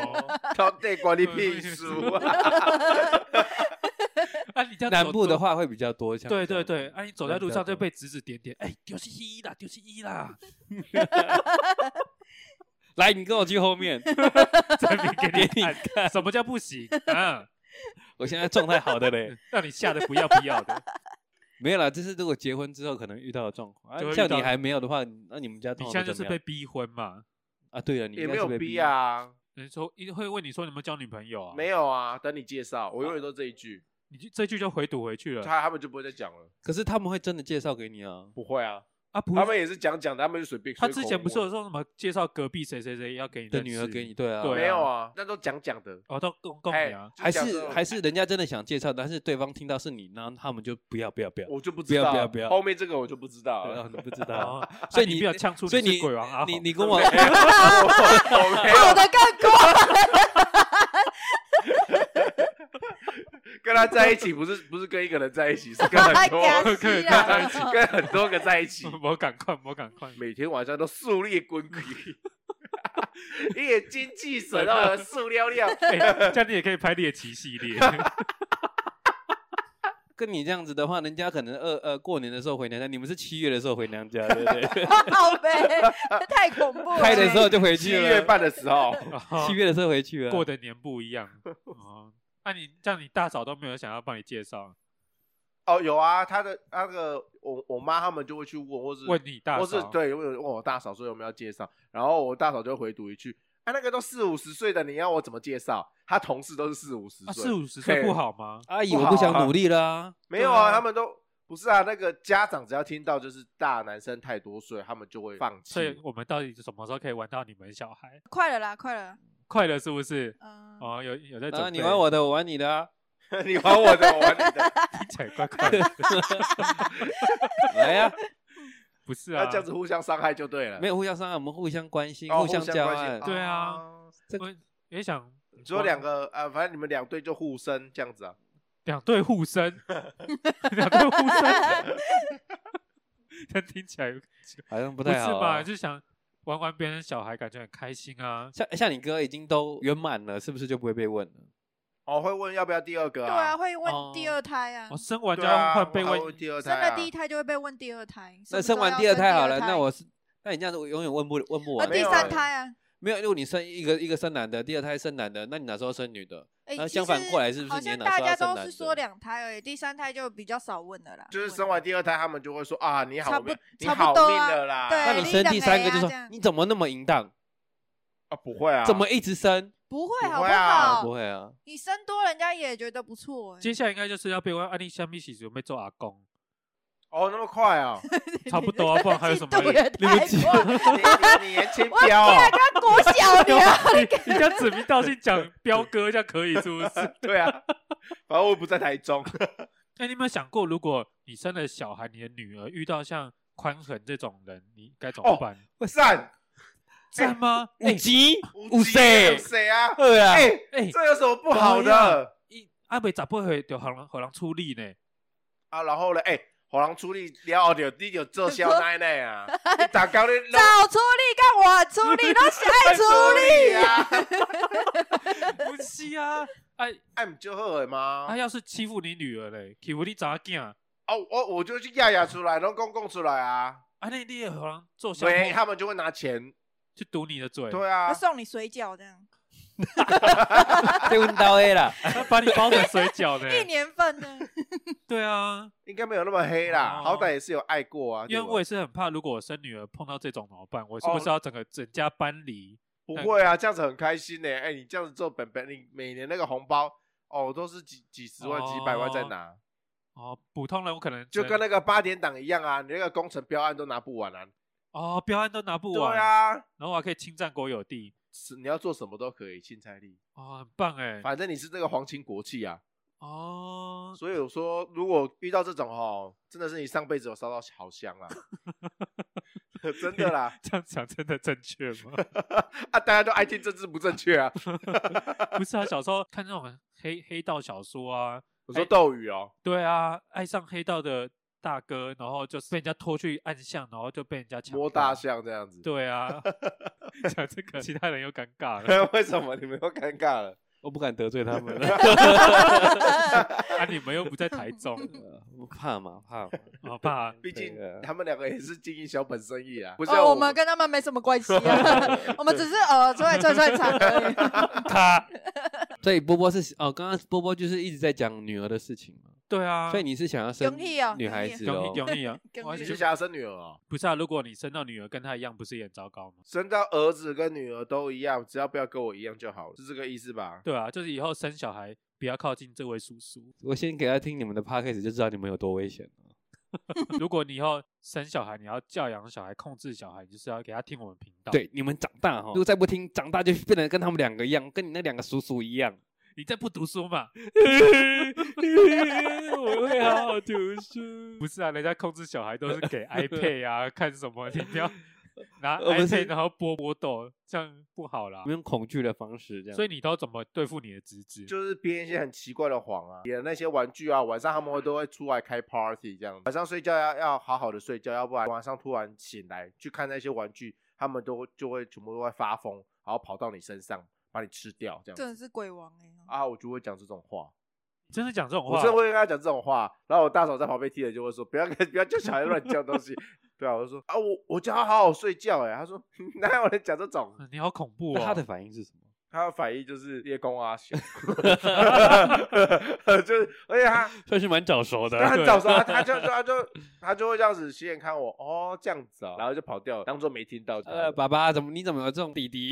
[SPEAKER 1] 到底关你屁事啊！
[SPEAKER 2] 啊你这样走
[SPEAKER 3] 南部的，话会比较多，像
[SPEAKER 2] 对
[SPEAKER 3] 这
[SPEAKER 2] 对
[SPEAKER 3] 样
[SPEAKER 2] 对，啊你走在路上就
[SPEAKER 3] 对对对
[SPEAKER 2] 被指指点点，哎就是一啦，就是一啦，
[SPEAKER 3] 来，你跟我去后面，
[SPEAKER 2] 证明给
[SPEAKER 3] 给
[SPEAKER 2] 你
[SPEAKER 3] 你
[SPEAKER 2] 看，什么叫不行啊？
[SPEAKER 3] 我现在状态好的嘞。
[SPEAKER 2] 让你吓得不要不要
[SPEAKER 3] 哦
[SPEAKER 2] 的，
[SPEAKER 3] 没有啦，这是如果结婚之后可能遇到的状况。
[SPEAKER 2] 就
[SPEAKER 3] 啊、
[SPEAKER 2] 会
[SPEAKER 3] 像
[SPEAKER 2] 遇到
[SPEAKER 3] 你还没有的话，你那你们家
[SPEAKER 2] 你
[SPEAKER 3] 通
[SPEAKER 2] 现
[SPEAKER 3] 常
[SPEAKER 2] 在
[SPEAKER 3] 都
[SPEAKER 2] 就是
[SPEAKER 3] 怎么
[SPEAKER 2] 被
[SPEAKER 3] 样
[SPEAKER 2] 逼婚嘛？
[SPEAKER 3] 啊？对了， 你
[SPEAKER 1] 也
[SPEAKER 3] 应该
[SPEAKER 1] 没有
[SPEAKER 3] 是被
[SPEAKER 1] 逼，啊，
[SPEAKER 2] 人说一定会问你说你们交女朋友啊？
[SPEAKER 1] 没
[SPEAKER 2] 有，
[SPEAKER 1] 有啊，等你介绍，我永远都这一句，
[SPEAKER 2] 你就这句就回堵回去了。
[SPEAKER 1] 他他们就不会再讲了，
[SPEAKER 3] 可是他们会真的介绍给你啊。
[SPEAKER 1] 不会啊，
[SPEAKER 2] 啊不
[SPEAKER 1] 他们也是讲讲，他们就随便。
[SPEAKER 2] 他之前不是
[SPEAKER 1] 随
[SPEAKER 2] 有
[SPEAKER 1] 口
[SPEAKER 2] 说什么介绍隔壁谁谁谁要给你
[SPEAKER 3] 的
[SPEAKER 2] 认
[SPEAKER 3] 女儿
[SPEAKER 2] 识
[SPEAKER 3] 给你，？对啊，
[SPEAKER 1] 问
[SPEAKER 2] 对
[SPEAKER 1] 没有啊，那都讲讲的，
[SPEAKER 2] 哦，都公公
[SPEAKER 1] 哎
[SPEAKER 2] 你啊，，
[SPEAKER 1] 就
[SPEAKER 3] 还
[SPEAKER 1] 讲
[SPEAKER 3] 是
[SPEAKER 1] 说
[SPEAKER 3] 还是人家真的想介绍，但是对方听到是你，然后他们就不要不要不要，
[SPEAKER 1] 我就不
[SPEAKER 3] 不
[SPEAKER 1] 知
[SPEAKER 3] 要
[SPEAKER 1] 道，
[SPEAKER 3] 不要不要
[SPEAKER 1] 后面这个我就不知道
[SPEAKER 3] 对
[SPEAKER 1] 了
[SPEAKER 3] 啊，。你不知道，
[SPEAKER 2] 哦
[SPEAKER 3] 所以
[SPEAKER 2] 啊你
[SPEAKER 3] 你
[SPEAKER 2] 不要呛出
[SPEAKER 3] 所以
[SPEAKER 2] 你
[SPEAKER 3] 你
[SPEAKER 2] 是鬼王啊！
[SPEAKER 3] 你你跟我
[SPEAKER 1] 我
[SPEAKER 4] 跑
[SPEAKER 1] 没
[SPEAKER 4] 得
[SPEAKER 1] 有
[SPEAKER 4] 更快，
[SPEAKER 1] 跟他在一起，不是不是跟一个人在一起，是跟很 多
[SPEAKER 4] 吓死啦
[SPEAKER 1] 跟很多个在一起。
[SPEAKER 2] 我赶快，我赶快，
[SPEAKER 1] 每天晚上都肃立滚 滚，你也精气神
[SPEAKER 3] 啊
[SPEAKER 1] 哦，素溜溜。
[SPEAKER 2] 哎这样你也可以拍猎奇系 列。
[SPEAKER 3] 跟你这样子的话，人家可能呃呃过年的时候回娘家，你们是七月的时候回娘家，对不对？
[SPEAKER 4] 好呗， 太恐怖了。哎
[SPEAKER 3] 开的时候就回
[SPEAKER 1] 七
[SPEAKER 3] 去
[SPEAKER 1] 月
[SPEAKER 3] 了，
[SPEAKER 1] 半的时候，
[SPEAKER 3] 七月的啊时候回去了，
[SPEAKER 2] 哦过的年不一 样哦。那你这样，你大嫂都没有想要帮你介绍，
[SPEAKER 1] 哦，有啊，他的那个我我妈他们就会去问，或是
[SPEAKER 2] 问，你大
[SPEAKER 1] 或是
[SPEAKER 2] 嫂，
[SPEAKER 1] 对，问问我大嫂说有没有介绍，然后我大嫂就回读一句：“啊，那个都四五十岁的，你要我怎么介绍？他同事都是四五十
[SPEAKER 2] 啊，
[SPEAKER 1] 岁，
[SPEAKER 2] 四五十岁
[SPEAKER 1] 嘿
[SPEAKER 2] 不好吗？
[SPEAKER 3] 阿姨
[SPEAKER 1] 不
[SPEAKER 3] 我
[SPEAKER 1] 好
[SPEAKER 3] 不
[SPEAKER 1] 啊
[SPEAKER 3] 想努力啦，
[SPEAKER 1] 没有啊，
[SPEAKER 2] 对啊
[SPEAKER 1] 他们都不是啊。那个家长只要听到就是大男生太多岁，他们就会放
[SPEAKER 2] 所以
[SPEAKER 1] 弃。
[SPEAKER 2] 我们到底什么时候可以玩到你们小孩
[SPEAKER 4] 快了啦，快了，
[SPEAKER 2] 快乐？是不是？
[SPEAKER 4] 嗯，
[SPEAKER 2] 哦，有有在准备，
[SPEAKER 3] 啊你玩我的，我玩你的啊，
[SPEAKER 1] 你玩我的，我玩你的，
[SPEAKER 2] 听起来怪怪的，
[SPEAKER 3] 来呀。
[SPEAKER 2] 不是
[SPEAKER 1] 那
[SPEAKER 2] 啊？
[SPEAKER 1] 这样子互相伤害就对了。
[SPEAKER 3] 没有互相伤害，我们互相关心，
[SPEAKER 1] 哦
[SPEAKER 3] 相交
[SPEAKER 1] 关心
[SPEAKER 3] 换。
[SPEAKER 2] 对啊
[SPEAKER 1] 哦
[SPEAKER 3] 这
[SPEAKER 2] 我也想
[SPEAKER 1] 你说两个啊，反正你们两队就互生这样子啊。
[SPEAKER 2] 两对 互生，两对互生， 这听起来
[SPEAKER 3] 好像不
[SPEAKER 2] 不
[SPEAKER 3] 太
[SPEAKER 2] 是
[SPEAKER 3] 好啊、
[SPEAKER 2] 吧？就想玩玩别人小孩，感觉很开心啊。
[SPEAKER 3] 像像你哥已经都圆满了，是不是就不会被问了？
[SPEAKER 1] 哦，会问要不要第二个
[SPEAKER 4] 对
[SPEAKER 1] 啊？
[SPEAKER 4] 啊，会问
[SPEAKER 3] 哦
[SPEAKER 4] 第二胎啊
[SPEAKER 2] 我、，生完就
[SPEAKER 1] 对啊，
[SPEAKER 2] 要换被
[SPEAKER 1] 还
[SPEAKER 2] 问，
[SPEAKER 1] 会第二胎
[SPEAKER 4] 生
[SPEAKER 1] 啊。
[SPEAKER 4] 了第一胎就会被问第二胎，什
[SPEAKER 3] 那生
[SPEAKER 4] 么时候
[SPEAKER 3] 完
[SPEAKER 4] 要
[SPEAKER 3] 第二
[SPEAKER 4] 生
[SPEAKER 3] 胎好了，那我是那你这样子我永远问不问不
[SPEAKER 4] 呃
[SPEAKER 3] 完。
[SPEAKER 1] 没
[SPEAKER 4] 第
[SPEAKER 1] 有啊
[SPEAKER 4] 三胎啊，
[SPEAKER 3] 没有，如果你生一个一个生男的，第二胎生男的，那你哪时候生女的？
[SPEAKER 4] 哎
[SPEAKER 3] 那
[SPEAKER 4] 其
[SPEAKER 3] 相反
[SPEAKER 4] 实
[SPEAKER 3] 过来是不是
[SPEAKER 4] 好
[SPEAKER 3] 你也
[SPEAKER 4] 像
[SPEAKER 3] 拿
[SPEAKER 4] 大
[SPEAKER 3] 出来
[SPEAKER 4] 家
[SPEAKER 3] 生
[SPEAKER 4] 都
[SPEAKER 3] 男
[SPEAKER 4] 是
[SPEAKER 3] 的
[SPEAKER 4] 说两胎而已，第三胎就比较少问了啦。
[SPEAKER 1] 就是
[SPEAKER 4] 问
[SPEAKER 1] 生完第二胎，他们就会说啊，你好
[SPEAKER 4] 差不
[SPEAKER 1] 命，你
[SPEAKER 4] 差不
[SPEAKER 1] 好
[SPEAKER 4] 多
[SPEAKER 1] 命
[SPEAKER 4] 啊
[SPEAKER 1] 了啦。
[SPEAKER 4] 对
[SPEAKER 3] 那你生第三个就
[SPEAKER 4] 你
[SPEAKER 3] 说
[SPEAKER 4] 两个呀这样
[SPEAKER 3] 你怎么那么淫荡？
[SPEAKER 1] 啊，不会啊，
[SPEAKER 3] 怎么一直生？
[SPEAKER 1] 不
[SPEAKER 4] 不会好
[SPEAKER 1] 会
[SPEAKER 4] 好？
[SPEAKER 1] 啊
[SPEAKER 3] 不会啊，
[SPEAKER 4] 你生多人家也觉得不错、欸，
[SPEAKER 2] 接 下来应该就是要被问，啊，你下面是准备做阿公，
[SPEAKER 1] 哦那么快 啊？
[SPEAKER 2] 差不多啊，不然还有什么
[SPEAKER 4] 进？度也太快了，
[SPEAKER 1] 你你 你年轻标哦
[SPEAKER 4] 我天，啊刚国小你 啊，
[SPEAKER 2] 你你这样指名道姓讲彪哥，这样可以是不是？
[SPEAKER 1] 对啊，反正我不在台中，
[SPEAKER 2] 哎，你有没有想过，如果你生了小孩，你的女儿遇到像宽恒这种人，你该怎么
[SPEAKER 1] 哦
[SPEAKER 2] 办？
[SPEAKER 1] 赞
[SPEAKER 2] 赞吗？哎
[SPEAKER 3] 五级
[SPEAKER 1] 有
[SPEAKER 3] 五
[SPEAKER 1] 谁有，
[SPEAKER 3] 岁
[SPEAKER 1] 谁啊？
[SPEAKER 3] 对啊，
[SPEAKER 1] 哎，
[SPEAKER 2] 哎，
[SPEAKER 1] 这有什么不好
[SPEAKER 2] 对啊
[SPEAKER 1] 的
[SPEAKER 2] 一阿伯咋不会就好人好人出力呢？
[SPEAKER 1] 啊？然后呢，哎，互人处理了后就你就做小奶奶 啊，你打工你
[SPEAKER 4] 早出力干我出力，那是爱出力。
[SPEAKER 1] 啊，
[SPEAKER 2] 不是啊，哎，
[SPEAKER 1] 哎，唔就好的吗
[SPEAKER 2] 他？要是欺负你女儿嘞，欺负你咋囝？
[SPEAKER 1] 哦，我我就去压压出来，然后公共出来啊，
[SPEAKER 2] 啊，那你也好人做小
[SPEAKER 1] 所以
[SPEAKER 2] 偷
[SPEAKER 1] 他们就会拿钱，
[SPEAKER 2] 去堵你的嘴，
[SPEAKER 1] 对
[SPEAKER 4] 他
[SPEAKER 1] 啊，
[SPEAKER 4] 送你水饺这样，
[SPEAKER 3] 被问到 A 了，
[SPEAKER 2] 他把你包成水饺
[SPEAKER 4] 一
[SPEAKER 2] 呢。
[SPEAKER 4] 年份呢？
[SPEAKER 2] 对啊，
[SPEAKER 1] 应该没有那么黑啦，
[SPEAKER 2] 哦
[SPEAKER 1] 好歹也是有爱过啊，哦
[SPEAKER 2] 因为
[SPEAKER 1] 对吧
[SPEAKER 2] 我也是很怕，如果我生女儿碰到这种怎么办？我是不是要整个整家搬离？
[SPEAKER 1] 不会啊，这样子很开心呢、哎、你这样子做本本，你每年那个红包哦，都是几几十万、
[SPEAKER 2] 哦
[SPEAKER 1] 几百万在拿，
[SPEAKER 2] 哦，普通人我可能
[SPEAKER 1] 就跟
[SPEAKER 2] 那
[SPEAKER 1] 那个八点档一样啊，你那个工程标案都拿不完啊。
[SPEAKER 2] 哦标案都拿不
[SPEAKER 1] 对
[SPEAKER 2] 完，
[SPEAKER 1] 啊，
[SPEAKER 2] 然后我还可以侵占国有地，
[SPEAKER 1] 是你要做什么都可以，钦差力，
[SPEAKER 2] 哦，很棒哎，
[SPEAKER 1] 反正你是这个皇亲国戚啊。
[SPEAKER 2] 哦，
[SPEAKER 1] 所以我说，如果遇到这种哦，真的是你上辈子有烧到好香 啊，真的啦
[SPEAKER 2] 这样讲真的正确吗？
[SPEAKER 1] 啊，大家都爱听政治不正确啊。
[SPEAKER 2] 不是啊，小时候看那种黑黑道小说啊，
[SPEAKER 1] 我说斗鱼哦，
[SPEAKER 2] 对啊，爱上黑道的大哥，然后就是被人家拖去暗巷，然后就被人家强
[SPEAKER 1] 摸
[SPEAKER 2] 暴
[SPEAKER 1] 大象这样子，
[SPEAKER 2] 对啊，讲这个其他人又尴尬了。
[SPEAKER 1] 为什么你们又尴尬了？
[SPEAKER 3] 我不敢得罪他们了，
[SPEAKER 2] 啊，你们又不在台中，
[SPEAKER 3] 呃我怕嘛怕嘛，
[SPEAKER 2] 好怕
[SPEAKER 1] 毕竟
[SPEAKER 3] 对啊
[SPEAKER 1] 他们两个也是经营小本生意啊，不是
[SPEAKER 4] 哦，我
[SPEAKER 1] 们
[SPEAKER 4] 们跟他们没什么关系 啊，我们只是呃出来串串场而已。
[SPEAKER 3] 他。所以波波是哦，刚刚波波就是一直在讲女儿的事情嘛，
[SPEAKER 2] 对啊，
[SPEAKER 3] 所以你是想要生
[SPEAKER 4] 勇气哦，
[SPEAKER 3] 女孩子
[SPEAKER 2] 永
[SPEAKER 3] 哦
[SPEAKER 2] 毅，永毅啊
[SPEAKER 4] 跟
[SPEAKER 2] 我还
[SPEAKER 1] 你
[SPEAKER 4] 你
[SPEAKER 1] 就
[SPEAKER 2] 就
[SPEAKER 1] 想要生女儿哦，
[SPEAKER 2] 不是啊。如果你生到女儿跟她一样，不是也很糟糕吗？
[SPEAKER 1] 生到儿子跟女儿都一样，只要不要跟我一样就好了，是这个意思吧？
[SPEAKER 2] 对啊，就是以后生小孩不要靠近这位叔叔。
[SPEAKER 3] 我先给他听你们的 podcast 就知道你们有多危险了。
[SPEAKER 2] 如果你以后生小孩，你要教养小孩、控制小孩，你就是要给他听我们频道。，
[SPEAKER 3] 对，你们长大哈，如果再不听，长大就变得跟他们两个一样，跟你那两个叔叔一样。
[SPEAKER 2] 你再不读书嘛？
[SPEAKER 3] 我会好好读书。
[SPEAKER 2] 不是啊，人家控制小孩都是 给 iPad 啊，看什么你不要拿
[SPEAKER 3] 我们是
[SPEAKER 2] iPad 然后波波豆，这样不好啦
[SPEAKER 3] 我。们用恐惧的方式这样。
[SPEAKER 2] 所以你都怎么对付你的侄子？
[SPEAKER 1] 就是编一些很奇怪的谎啊，演那些玩具啊，晚上他们会都会出来开 party 这样，晚上睡觉要要好好的睡觉，要不然晚上突然醒来去看那些玩具，他们都会就会全部都会发疯，然后跑到你身上把你吃掉这样
[SPEAKER 4] 真的
[SPEAKER 1] 子
[SPEAKER 4] 是鬼王哎、
[SPEAKER 1] 啊，我就会讲这种话。
[SPEAKER 2] 真的讲这种
[SPEAKER 1] 我
[SPEAKER 2] 话
[SPEAKER 1] 真的？会跟他讲这种话，然后我大嫂在旁边听了就会说：“不要跟不 要叫小孩乱叫东西。” 对啊，我就说啊，我我叫他好好睡觉哎，他说 哪有人讲这种？
[SPEAKER 2] 嗯你好恐怖
[SPEAKER 3] 那
[SPEAKER 2] 哦！
[SPEAKER 3] 他的反应是什么？
[SPEAKER 1] 他的反应就是叶公啊，小就是而且他
[SPEAKER 3] 算是蛮早熟的
[SPEAKER 2] 啊
[SPEAKER 1] 他很早啊说，他他就他就他就会这样子斜眼看我，哦这样子哦，然后就跑掉了，当做没听到。
[SPEAKER 3] 呃，爸爸，怎么你怎么有这种弟弟？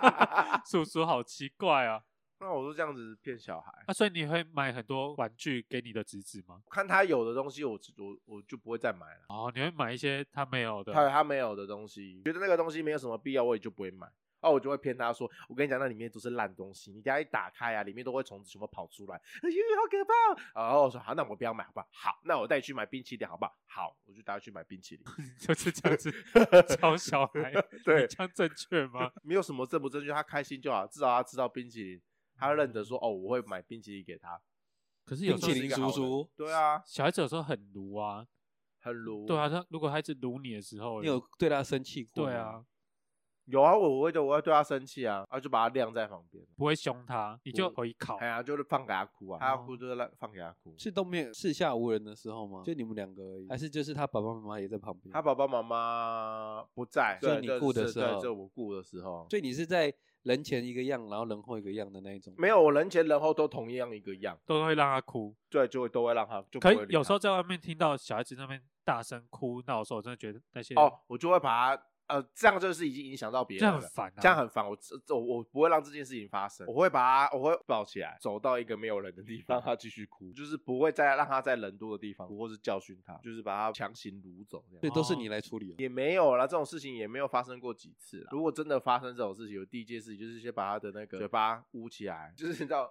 [SPEAKER 2] 叔叔好奇怪啊！
[SPEAKER 1] 那我说这样子骗小孩，
[SPEAKER 2] 啊，所以你会买很多玩具给你的侄子吗？
[SPEAKER 1] 看他有的东西我我我就不会再买了，
[SPEAKER 2] 哦，你会买一些他没有的。
[SPEAKER 1] 他有他没有的东西，觉得那个东西没有什么必要，我也就不会买。哦，我就会骗他说，我跟你讲，那里面都是烂东西，你等一下一打开啊，里面都会虫子全部跑出来，哎呦，好可怕、哦！然后我说好，那我不要买，好不好？好，那我带你去买冰淇淋，好不好？好，我就带他去买冰淇淋。
[SPEAKER 2] 就是这样子 教小孩，
[SPEAKER 1] 对
[SPEAKER 2] 你啊这样正确吗？
[SPEAKER 1] 没有什么正不正确，他开心就好，至少他吃到冰淇淋，他认得说，哦，我会买冰淇淋给他。
[SPEAKER 2] 可是有
[SPEAKER 3] 冰
[SPEAKER 2] 时
[SPEAKER 3] 淇
[SPEAKER 2] 候
[SPEAKER 3] 淋
[SPEAKER 1] 这是一
[SPEAKER 3] 叔
[SPEAKER 1] 个好
[SPEAKER 3] 叔，
[SPEAKER 1] 对啊，
[SPEAKER 2] 小孩子有时候很奴啊，
[SPEAKER 1] 很鲁。
[SPEAKER 2] 对啊，，他如果孩子奴你的时候，
[SPEAKER 3] 你有对他生气过？
[SPEAKER 2] 对，啊，
[SPEAKER 1] 有啊，我我会的，我会对他生气啊，啊就把他晾在旁边，
[SPEAKER 2] 不会凶他，你就可以考
[SPEAKER 1] 哎。呀、就是放给他哭啊，他
[SPEAKER 2] 哦
[SPEAKER 1] 要哭就是让放给他哭。
[SPEAKER 3] 是都没有四下无人的时候吗？就你们两个而已，还是就是他爸爸妈妈也在旁
[SPEAKER 2] 嗯
[SPEAKER 3] 边？
[SPEAKER 1] 他爸爸妈妈不在，
[SPEAKER 3] 就
[SPEAKER 1] 对
[SPEAKER 3] 你
[SPEAKER 1] 对
[SPEAKER 3] 顾的
[SPEAKER 1] 是
[SPEAKER 3] 时
[SPEAKER 1] 对
[SPEAKER 3] 候
[SPEAKER 1] 就我顾的时候，
[SPEAKER 3] 所以你是在人前一个样，然后人后一个样的那一种？
[SPEAKER 1] 没有，我人前人后都同样一个样，
[SPEAKER 2] 都会让他哭，
[SPEAKER 1] 对，就会都会让他就不
[SPEAKER 2] 可
[SPEAKER 1] 会
[SPEAKER 2] 以
[SPEAKER 1] 理
[SPEAKER 2] 有
[SPEAKER 1] 他
[SPEAKER 2] 时候在外面听到小孩子那边大声哭闹的时候，我真的觉得那些
[SPEAKER 1] 哦，我就会把他呃，这样就是已经影响到别
[SPEAKER 2] 这
[SPEAKER 1] 人
[SPEAKER 2] 样
[SPEAKER 1] 了
[SPEAKER 2] 很。烦啊，
[SPEAKER 1] 这样很烦，我这这我我不会让这件事情发生，我会把他，我会抱起来，走到一个没有人的地方，让他继续哭，就是不会再让他在人多的地方哭，或是教训他，就是把他强行掳走这
[SPEAKER 3] 所以
[SPEAKER 1] 样。
[SPEAKER 3] 都是你来处理哦。
[SPEAKER 1] 也没有啦，这种事情也没有发生过几次啦。如果真的发生这种事情，我第一件事情就是先把他的那个嘴巴捂起来，就是你知道，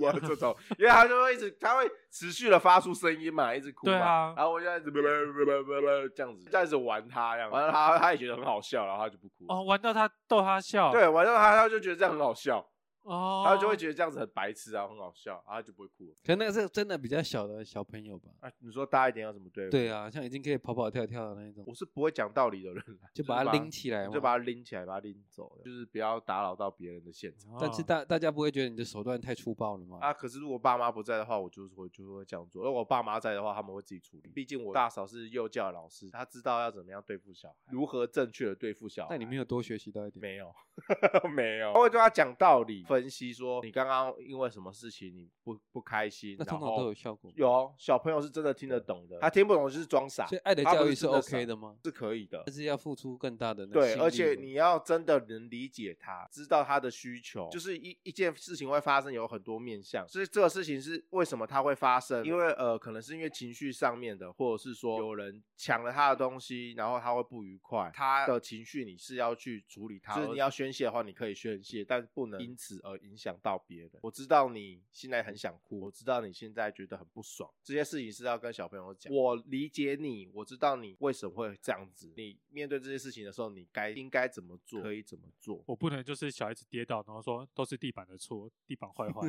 [SPEAKER 1] 哇哇哇这种，因为他就会一直，他会持续的发出声音嘛，一直哭嘛。
[SPEAKER 2] 对啊
[SPEAKER 1] 然后我就一直 叭叭叭叭叭这样子，这样子玩他，这样玩他，他也觉得很好笑，然后他就不哭。
[SPEAKER 2] 哦，玩到他逗他笑，
[SPEAKER 1] 对，玩到他，他就觉得这样很好笑，
[SPEAKER 2] 哦，
[SPEAKER 1] 他就会觉得这样子很白痴啊，很好笑，然后他就不会哭了。
[SPEAKER 3] 可那个是真的比较小的小朋友吧？
[SPEAKER 1] 啊，你说大一点要怎么对？，
[SPEAKER 3] 对啊，像已经可以跑跑跳跳的那种，
[SPEAKER 1] 我是不会讲道理的人啦，
[SPEAKER 3] 就是把它拎起来嘛。
[SPEAKER 1] 就把他拎起来，把他拎走，就是不要打扰到别人的现场。
[SPEAKER 2] 哦，
[SPEAKER 3] 但是大大家不会觉得你的手段太粗暴了吗？
[SPEAKER 1] 嗯啊，可是如果爸妈不在的话，我就是会就会这样做。如果我爸妈在的话，他们会自己处理。毕竟我大嫂是幼教老师，她知道要怎么样对付小孩，如何正确的对付小孩。
[SPEAKER 3] 但你没有多学习到一点，
[SPEAKER 1] 没有， 没有，他会对他讲道理，分析说你刚刚因为什么事情你不不开心，
[SPEAKER 3] 那
[SPEAKER 1] 然
[SPEAKER 3] 通常
[SPEAKER 1] 后
[SPEAKER 3] 都有效果。
[SPEAKER 1] 有哦小朋友是真的听得懂的，他听不懂就是装傻
[SPEAKER 3] 所以，爱的
[SPEAKER 1] 他不
[SPEAKER 3] 教
[SPEAKER 1] 是
[SPEAKER 3] 育是
[SPEAKER 1] 真的
[SPEAKER 3] OK
[SPEAKER 1] 傻
[SPEAKER 3] 的吗？
[SPEAKER 1] 是可以的
[SPEAKER 3] 但。是要付出更大的那个
[SPEAKER 1] 对，
[SPEAKER 3] 心
[SPEAKER 1] 而
[SPEAKER 3] 力
[SPEAKER 1] 且
[SPEAKER 3] 嘛
[SPEAKER 1] 你要真的能理解他，知道他的需求，就是一一件事情会发生有很多面向，所以这个事情是为什么它会发生？因为呃，可能是因为情绪上面的，或者是说有人抢了他的东西，然后他会不愉快，他的情绪你是要去处理他，就是你要宣泄的话，你可以宣泄，但不能因此而影响到别人。嗯我知道你现在很想哭，我知道你现在觉得很不爽，这些事情是要跟小朋友讲。我理解你，我知道你为什么会这样子，你面对这些事情的时候，你该应该怎么做，可以怎么做。
[SPEAKER 2] 我不能就是小孩子跌倒，然后说都是地板的错，地板 坏坏，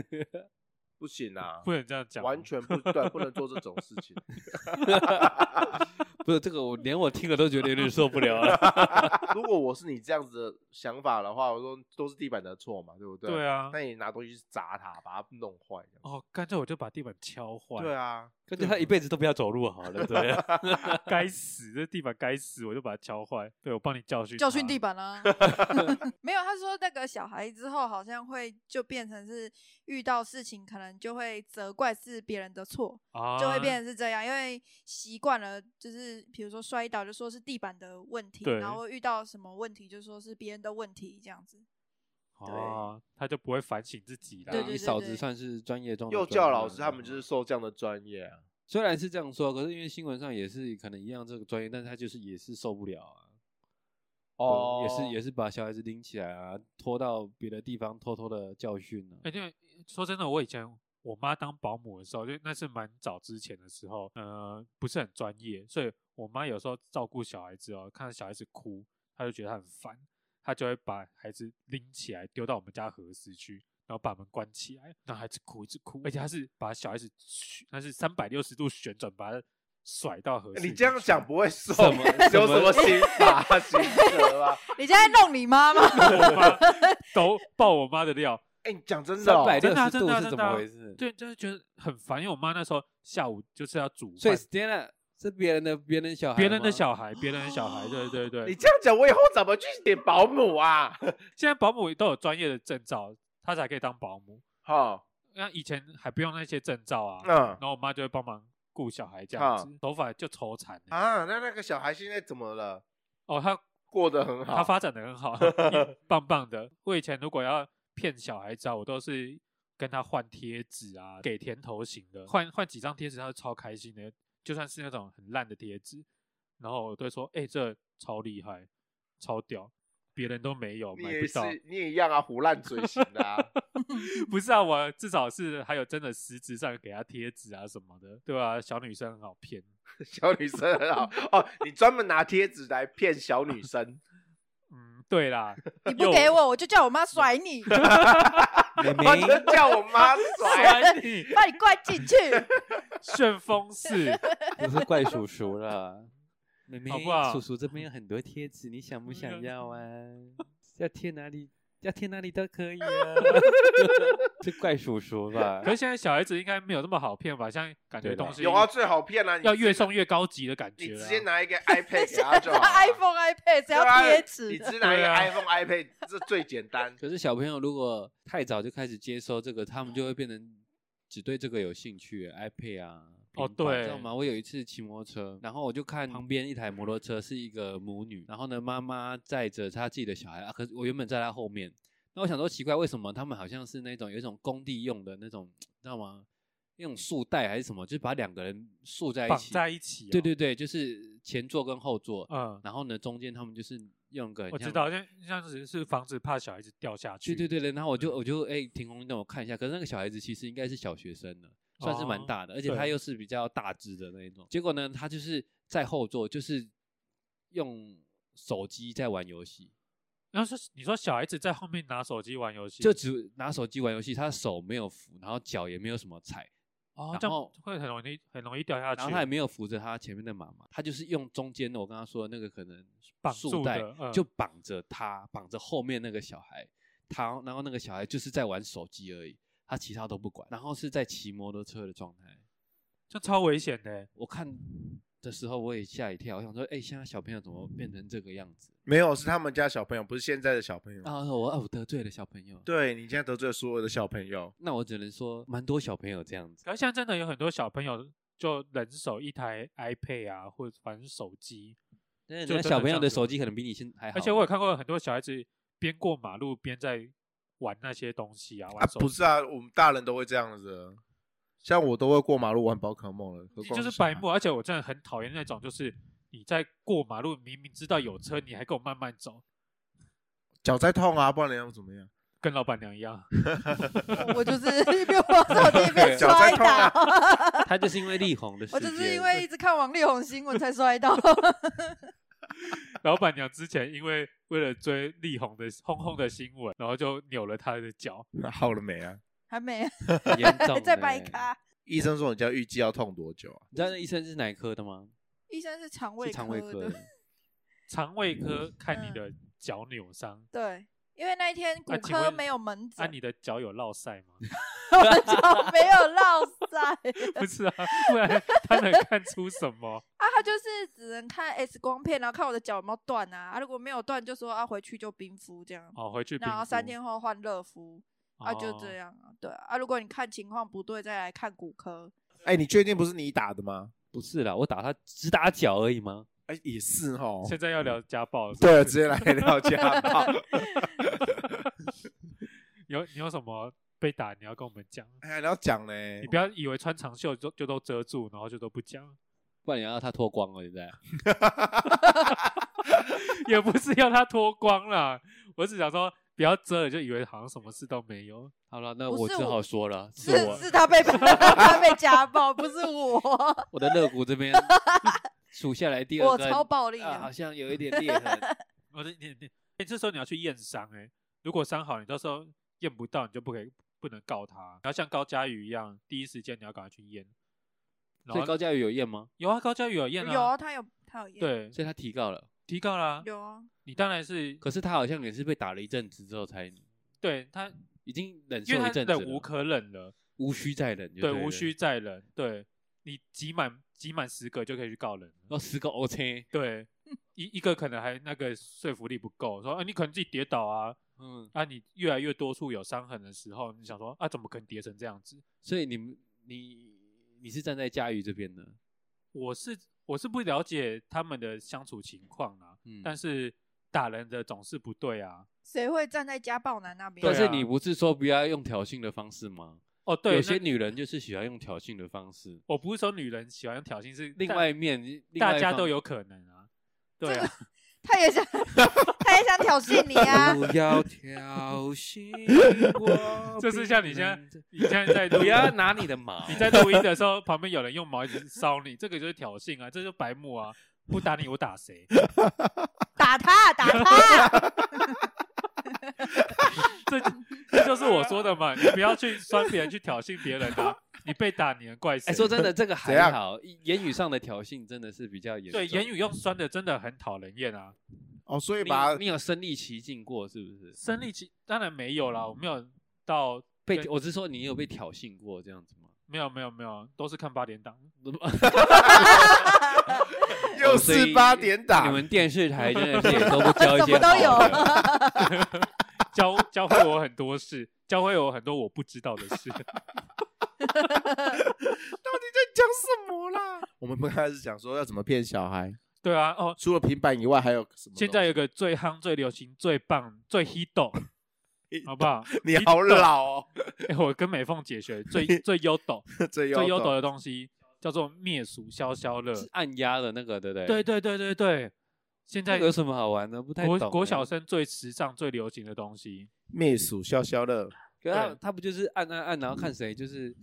[SPEAKER 1] 不行啊，
[SPEAKER 2] 不能这样讲，哦
[SPEAKER 1] 完全不对，不能做这种事情。
[SPEAKER 3] 不是这个，我连我听了都觉得有点受不了 了。
[SPEAKER 1] 如果我是你这样子的想法的话，我说都是地板的错嘛，对不对？
[SPEAKER 2] 对啊
[SPEAKER 1] 那你拿东西去砸它，把它弄坏这样。
[SPEAKER 2] 哦，干脆我就把地板敲坏，
[SPEAKER 1] 对，啊，
[SPEAKER 3] 跟着他一辈子都不要走路好了，对啊。
[SPEAKER 2] 该死，这地板该死，我就把它敲坏，对我帮你教训
[SPEAKER 4] 教训地
[SPEAKER 2] 板，
[SPEAKER 4] 板 啊。没有，他说那个小孩之后好像会就变成是遇到事情可能就会责怪是别人的错，
[SPEAKER 2] 啊，
[SPEAKER 4] 就会变成是这样，因为习惯了就是比如说摔倒就说是地板的问题，
[SPEAKER 2] 对
[SPEAKER 4] 然后遇到什么问题就说是别人的问题这样子。 对
[SPEAKER 2] 哦，他就不会反省自己啦，
[SPEAKER 4] 对
[SPEAKER 3] 你
[SPEAKER 4] 对
[SPEAKER 3] 嫂子
[SPEAKER 4] 对
[SPEAKER 3] 算是专业中的
[SPEAKER 1] 幼
[SPEAKER 3] 专
[SPEAKER 1] 教
[SPEAKER 3] 业
[SPEAKER 1] 老
[SPEAKER 3] 了
[SPEAKER 1] 师他们就是受这样的专业啊。
[SPEAKER 3] 虽然是这样说，可是因为新闻上也是可能一样这个专业，但是他就是也是受不了啊。
[SPEAKER 2] 哦
[SPEAKER 3] 对也是也
[SPEAKER 1] 是，
[SPEAKER 3] 是把小孩子拎起来啊，拖到别的地方偷偷的教训呢、
[SPEAKER 2] 哎、对，说真的，我以前我妈当保姆的时候，就那是蛮早之前的时候，呃，不是很专业，所以我妈有时候照顾小孩子哦，看到小孩子哭，她就觉得她很烦，她就会把孩子拎起来丢到我们家河市去，然后把门关起来，让孩子哭一直哭，而且她是把小孩子旋，她是三百六十度旋转把他甩到河市。
[SPEAKER 1] 哎你这样讲 不会受
[SPEAKER 3] 什么
[SPEAKER 1] 有什
[SPEAKER 3] 什
[SPEAKER 1] 么
[SPEAKER 3] 么
[SPEAKER 1] 刑法刑责啊？
[SPEAKER 4] 你现在弄你妈 吗？
[SPEAKER 2] 我妈都爆我妈的料，
[SPEAKER 1] 哎，你讲真的
[SPEAKER 3] 三
[SPEAKER 1] 哦，
[SPEAKER 3] 百六
[SPEAKER 2] 真的啊
[SPEAKER 3] 十
[SPEAKER 2] 真的
[SPEAKER 3] 度
[SPEAKER 2] 啊
[SPEAKER 3] 是
[SPEAKER 2] 真
[SPEAKER 3] 怎
[SPEAKER 2] 的啊
[SPEAKER 3] 么回事？
[SPEAKER 2] 对，就是觉得很烦，因为我妈那时候下午就是要煮
[SPEAKER 3] 所
[SPEAKER 2] 饭
[SPEAKER 3] 以。Stella 是别人的别人小孩吗，
[SPEAKER 2] 别人的小孩，别人的小孩，对对对，
[SPEAKER 1] 你这样讲，我以后怎么去点保姆啊？
[SPEAKER 2] 现在保姆都有专业的证照，他才可以当保姆。
[SPEAKER 1] 好，
[SPEAKER 2] 那以前还不用那些证照啊，
[SPEAKER 1] 嗯
[SPEAKER 2] 然后我妈就会帮忙顾小孩这样
[SPEAKER 1] 好
[SPEAKER 2] 子，头发就抽残了。
[SPEAKER 1] 啊，那那个小孩现在怎么了？
[SPEAKER 2] 哦，他
[SPEAKER 1] 过得很
[SPEAKER 2] 他
[SPEAKER 1] 好，
[SPEAKER 2] 发展的 很好，棒棒的。我以前如果要骗小孩子啊，我都是跟他换贴纸啊，给甜头型的，换换几张贴纸，他就超开心的。就算是那种很烂的贴纸，然后我都会说：“哎、这超厉害，超屌，别人都没有，
[SPEAKER 1] 你
[SPEAKER 2] 买
[SPEAKER 1] 也
[SPEAKER 2] 不到。”
[SPEAKER 1] 是你也一样啊，胡烂嘴型的啊。
[SPEAKER 2] 不是啊，我至少是还有真的实质上给她贴纸啊什么的，对吧、小女生很好骗
[SPEAKER 1] 小女生很好哦，你专门拿贴纸来骗小女生，
[SPEAKER 2] 嗯，对 啦，
[SPEAKER 4] 你不给我，我就叫我妈甩 你，
[SPEAKER 3] 妹
[SPEAKER 1] 我就
[SPEAKER 3] 妹，
[SPEAKER 1] 叫我妈甩。
[SPEAKER 2] 甩你
[SPEAKER 4] 把你灌进去。
[SPEAKER 2] 旋风 式，
[SPEAKER 3] 不是怪叔叔了。妹 妹，
[SPEAKER 2] 好不好嗯
[SPEAKER 3] 叔叔这边有很多贴纸，你想不想要啊？要贴哪里？要贴哪里都可 以啊。是怪叔叔吧
[SPEAKER 2] 可？是现在小孩子应该没有那么好骗吧？像感觉
[SPEAKER 3] 对啦
[SPEAKER 2] 东西
[SPEAKER 1] 有啊，最好骗啊！你
[SPEAKER 2] 要越送越高级的感
[SPEAKER 1] 你
[SPEAKER 2] 觉、
[SPEAKER 1] 直
[SPEAKER 2] 啊，
[SPEAKER 1] 接拿一个 iPad 给
[SPEAKER 4] 现
[SPEAKER 1] 她
[SPEAKER 4] 在
[SPEAKER 1] 就好了。
[SPEAKER 4] 啊 iPhone、iPad 只
[SPEAKER 1] 对
[SPEAKER 4] 要
[SPEAKER 1] 啊
[SPEAKER 4] 贴
[SPEAKER 1] 你
[SPEAKER 4] 纸，
[SPEAKER 1] 只拿一
[SPEAKER 2] 对
[SPEAKER 1] 个
[SPEAKER 2] 啊
[SPEAKER 1] iPhone、iPad，这最简单。
[SPEAKER 3] 可是小朋友如果太早就开始接收这个，他们就会变成只对这个有兴趣，iPad 啊。
[SPEAKER 2] 哦
[SPEAKER 3] 平板
[SPEAKER 2] 对
[SPEAKER 3] 你知道吗？我有一次骑摩托车，然后我就看旁边一台摩托车是一个母女，然后呢，妈妈载着她自己的小孩啊，可是我原本在她后面，那我想说奇怪，为什么他们好像是那种有一种工地用的那种，知道吗？那种束带还是什么，就是把两个人束在一
[SPEAKER 2] 绑
[SPEAKER 3] 起。
[SPEAKER 2] 在一起、哦
[SPEAKER 3] 对对，对，就是前座跟后座，
[SPEAKER 2] 嗯，
[SPEAKER 3] 然后呢，中间他们就是用个很
[SPEAKER 2] 我
[SPEAKER 3] 像
[SPEAKER 2] 知道，像像是是防止怕小孩子掉下去，嗯
[SPEAKER 3] 对对对对，然后我就我就哎、停红灯，我看一下，可是那个小孩子其实应该是小学生了，算是蛮
[SPEAKER 2] 哦
[SPEAKER 3] 大的，而且
[SPEAKER 2] 对
[SPEAKER 3] 它又是比较大只的那一种。结果呢，他就是在后座，就是用手机在玩游戏，
[SPEAKER 2] 然后是你说小孩子在后面拿手机玩游戏，
[SPEAKER 3] 就只拿手机玩游戏，他手没有扶，然后脚也没有什么踩，
[SPEAKER 2] 哦
[SPEAKER 3] 然，
[SPEAKER 2] 这
[SPEAKER 3] 后
[SPEAKER 2] 样会很容易很容易掉下去。
[SPEAKER 3] 然后他也没有扶着他前面的妈妈，他就是用中间的我跟他说的那个可能
[SPEAKER 2] 绑
[SPEAKER 3] 束
[SPEAKER 2] 住
[SPEAKER 3] 带
[SPEAKER 2] 的嗯
[SPEAKER 3] 就绑着他，绑着后面那个小孩，他然后那个小孩就是在玩手机而已，他其他都不管，然后是在骑摩托车的状态。
[SPEAKER 2] 这样超危险的欸。
[SPEAKER 3] 我看的时候我也吓一跳，我想说，哎、现在小朋友怎么变成这个样子？
[SPEAKER 1] 没有，是他们家小朋友，不是现在的小朋友。
[SPEAKER 3] 啊，我啊我得罪了小朋友。
[SPEAKER 1] 对你现在得罪了所有的小朋友，
[SPEAKER 3] 那我只能说，蛮多小朋友这 样子。
[SPEAKER 2] 可是现在真的有很多小朋友就人手一台 iPad 啊，或者反正手机，
[SPEAKER 3] 但
[SPEAKER 2] 就真的
[SPEAKER 3] 小朋
[SPEAKER 2] 这
[SPEAKER 3] 友
[SPEAKER 2] 样
[SPEAKER 3] 的
[SPEAKER 2] 子
[SPEAKER 3] 手机可能比你现还好。
[SPEAKER 2] 而且我有看过很多小孩子边过马路边在玩那些东西啊，
[SPEAKER 1] 啊
[SPEAKER 2] 玩，手
[SPEAKER 1] 不
[SPEAKER 2] 机，
[SPEAKER 1] 是啊，我们大人都会这样子，像我都会过马路玩宝可梦了，何况
[SPEAKER 2] 就是
[SPEAKER 1] 小
[SPEAKER 2] 白
[SPEAKER 1] 孩
[SPEAKER 2] 目。。啊而且我真的很讨厌那种，就是你在过马路，明明知道有车，你还跟我慢慢走，
[SPEAKER 1] 脚在痛啊，不然你要怎么样？
[SPEAKER 2] 跟老板娘一样。
[SPEAKER 4] 我我就是一边玩手机一 边
[SPEAKER 1] 脚在
[SPEAKER 4] 摔
[SPEAKER 1] 痛啊
[SPEAKER 4] 倒，
[SPEAKER 3] 他就是因为力宏的事
[SPEAKER 4] 我
[SPEAKER 3] 件，
[SPEAKER 4] 就是因为一直看王力宏新闻才摔倒。
[SPEAKER 2] 老板娘之前因为为了追力宏的轰轰的新闻，然后就扭了他的脚。
[SPEAKER 1] 那好了没啊？
[SPEAKER 4] 还没，
[SPEAKER 3] 很严重、
[SPEAKER 4] 在掰。咖。
[SPEAKER 1] 医生说你家预计要痛多久啊？
[SPEAKER 3] 你知道那医生是哪一科的吗？
[SPEAKER 4] 医生是肠
[SPEAKER 3] 是
[SPEAKER 4] 胃
[SPEAKER 3] 肠胃
[SPEAKER 4] 科
[SPEAKER 3] 科
[SPEAKER 4] 的，
[SPEAKER 3] 的。
[SPEAKER 2] 肠胃科看
[SPEAKER 1] 嗯
[SPEAKER 2] 你的脚扭伤，
[SPEAKER 4] 对，因为那一天骨
[SPEAKER 2] 啊请
[SPEAKER 4] 科
[SPEAKER 2] 问
[SPEAKER 4] 没有门
[SPEAKER 2] 啊，
[SPEAKER 4] 诊，
[SPEAKER 2] 你的脚有落腮吗？
[SPEAKER 4] 我就没有落塞。
[SPEAKER 2] 不是啊，不然他能看出什 么？
[SPEAKER 4] 啊，他就是只能看 X 光片，然后看我的脚有没有断啊。啊，如果没有断，就说啊回去就冰敷这样，
[SPEAKER 2] 哦，回去
[SPEAKER 4] 然后
[SPEAKER 2] 评估
[SPEAKER 4] 三天后换热敷。啊，就
[SPEAKER 2] 哦
[SPEAKER 4] 这样啊，对啊，啊如果你看情况不对，再来看骨科。
[SPEAKER 1] 哎、你确定不是你打的吗？
[SPEAKER 3] 不是啦，我打他只打脚而已吗？
[SPEAKER 1] 哎、也是哦。
[SPEAKER 2] 现在要聊家暴了，
[SPEAKER 1] 对，直接来聊家暴。
[SPEAKER 2] 有你有什么被打，你要跟我们讲，
[SPEAKER 1] 哎呀，你要讲呢，
[SPEAKER 2] 你不要以为穿长袖就就都遮住，然后就都不讲，
[SPEAKER 3] 不然你要他脱光了，现在
[SPEAKER 2] 也不是要他脱光啦，我只想说不要遮了，就以为好像什么事都没有。
[SPEAKER 3] 好了，那
[SPEAKER 4] 不
[SPEAKER 3] 我
[SPEAKER 4] 是
[SPEAKER 3] 只
[SPEAKER 4] 我
[SPEAKER 3] 好说了，是
[SPEAKER 4] 是
[SPEAKER 3] 我
[SPEAKER 4] 是他被 他被家暴，不是 我，
[SPEAKER 3] 我的肋骨这边数下来第二
[SPEAKER 4] 我
[SPEAKER 3] 根，
[SPEAKER 4] 超暴力
[SPEAKER 3] 啊，好
[SPEAKER 4] 的。
[SPEAKER 3] 像有一点裂痕。
[SPEAKER 2] 我的你你你这时候你要去验伤哎，如果伤好，你到时候验不到，你就不可以不能告他，你要像高佳宇一样，第一时间你要赶快去验。然
[SPEAKER 3] 所以
[SPEAKER 2] 后
[SPEAKER 3] 高佳宇有验吗？
[SPEAKER 2] 有啊，高佳宇有验啊，
[SPEAKER 4] 有啊，他有他有验，
[SPEAKER 2] 对，
[SPEAKER 3] 所以他提告了，
[SPEAKER 2] 提告啦、
[SPEAKER 4] 有啊，
[SPEAKER 2] 你当然是
[SPEAKER 3] 可是他好像也是被打了一阵子之后才
[SPEAKER 2] 对他，
[SPEAKER 3] 已经忍受
[SPEAKER 2] 因为
[SPEAKER 3] 一
[SPEAKER 2] 他
[SPEAKER 3] 阵子了，
[SPEAKER 2] 忍无可忍了，
[SPEAKER 3] 无需再忍就
[SPEAKER 2] 对，
[SPEAKER 3] 了
[SPEAKER 2] 无需。再忍，对你集满集满十个就可以去告人了，
[SPEAKER 3] 哦，十个 O K，
[SPEAKER 2] 对，一一个可能还那个说服力不够，说啊你可能自己跌倒啊，
[SPEAKER 3] 嗯，
[SPEAKER 2] 啊你越来越多处有伤痕的时候，你想说啊怎么可能跌成这样子？
[SPEAKER 3] 所以你们你你是站在佳宇这边的，
[SPEAKER 2] 我是我是不了解他们的相处情况啊，
[SPEAKER 3] 嗯，
[SPEAKER 2] 但是打人的总是不对啊，
[SPEAKER 4] 谁会站在家暴男那边？
[SPEAKER 3] 但
[SPEAKER 2] 对啊
[SPEAKER 3] 是你不是说不要用挑衅的方式吗？
[SPEAKER 2] 哦对，
[SPEAKER 3] 有些
[SPEAKER 2] 那
[SPEAKER 3] 女人就是喜欢用挑衅的方式。
[SPEAKER 2] 我不是说女人喜欢用挑衅，是
[SPEAKER 3] 另
[SPEAKER 2] 但
[SPEAKER 3] 外一面，另外
[SPEAKER 2] 大
[SPEAKER 3] 一
[SPEAKER 2] 家
[SPEAKER 3] 方
[SPEAKER 2] 都有可能啊，对啊。
[SPEAKER 4] 他也想，他也想挑衅你 啊！
[SPEAKER 3] 不要挑衅我
[SPEAKER 2] 就是像你现在
[SPEAKER 3] 在，
[SPEAKER 2] 你现在在录
[SPEAKER 3] 不要拿你的毛。
[SPEAKER 2] 你在录音的时候，旁边有人用毛一直烧你，这个就是挑衅啊，这就是白目啊！不打你，我打谁？
[SPEAKER 4] 打他，打 他！
[SPEAKER 2] 这这就是我说的嘛，你不要去酸别人，去挑衅别人啊！你被打，你能怪谁？
[SPEAKER 3] 哎，说真的，这个
[SPEAKER 1] 怎
[SPEAKER 3] 还
[SPEAKER 1] 样
[SPEAKER 3] 好，言语上的挑衅真的是比较严重。
[SPEAKER 2] 对，言语用酸的真的很讨人厌啊！
[SPEAKER 1] 哦，所以
[SPEAKER 3] 你
[SPEAKER 1] 把
[SPEAKER 3] 有你有身历其境过是不是？
[SPEAKER 2] 生理期当然没
[SPEAKER 3] 嗯
[SPEAKER 2] 有啦，我没有到，
[SPEAKER 3] 被我是说你有被挑衅过这样子吗？
[SPEAKER 2] 没有没有没有，都是看八点档。
[SPEAKER 1] 又
[SPEAKER 3] 哦所以
[SPEAKER 1] 是八点
[SPEAKER 3] 你
[SPEAKER 1] 档，
[SPEAKER 3] 们电视台真的是也都不教 一些
[SPEAKER 4] 什么都有
[SPEAKER 3] 好的
[SPEAKER 2] 教教会我很多事， 教会我很多我不知道的事。
[SPEAKER 1] 到底在讲什么啦？我们刚开始讲说要怎么骗小孩，
[SPEAKER 2] 对啊，哦，
[SPEAKER 1] 除了平板以外，还有什么东西？
[SPEAKER 2] 现在有个最夯、最流行、最棒、最 hit，好 不好？
[SPEAKER 1] 你好老哦，
[SPEAKER 2] 哎、我跟美凤姐学 最最优斗、
[SPEAKER 1] 最
[SPEAKER 2] 最优斗
[SPEAKER 1] 斗
[SPEAKER 2] 的东西叫做灭鼠消消乐。
[SPEAKER 3] 是按压的那个，对不对？
[SPEAKER 2] 对，对对对对，现在
[SPEAKER 3] 有什么好玩的？不太
[SPEAKER 2] 国
[SPEAKER 3] 懂
[SPEAKER 2] 国
[SPEAKER 3] 欸
[SPEAKER 2] 小生最时尚、最流行的东西。
[SPEAKER 1] 灭鼠消消乐，
[SPEAKER 3] 可是他
[SPEAKER 2] 对
[SPEAKER 3] 他不就是按按按，然后看谁就是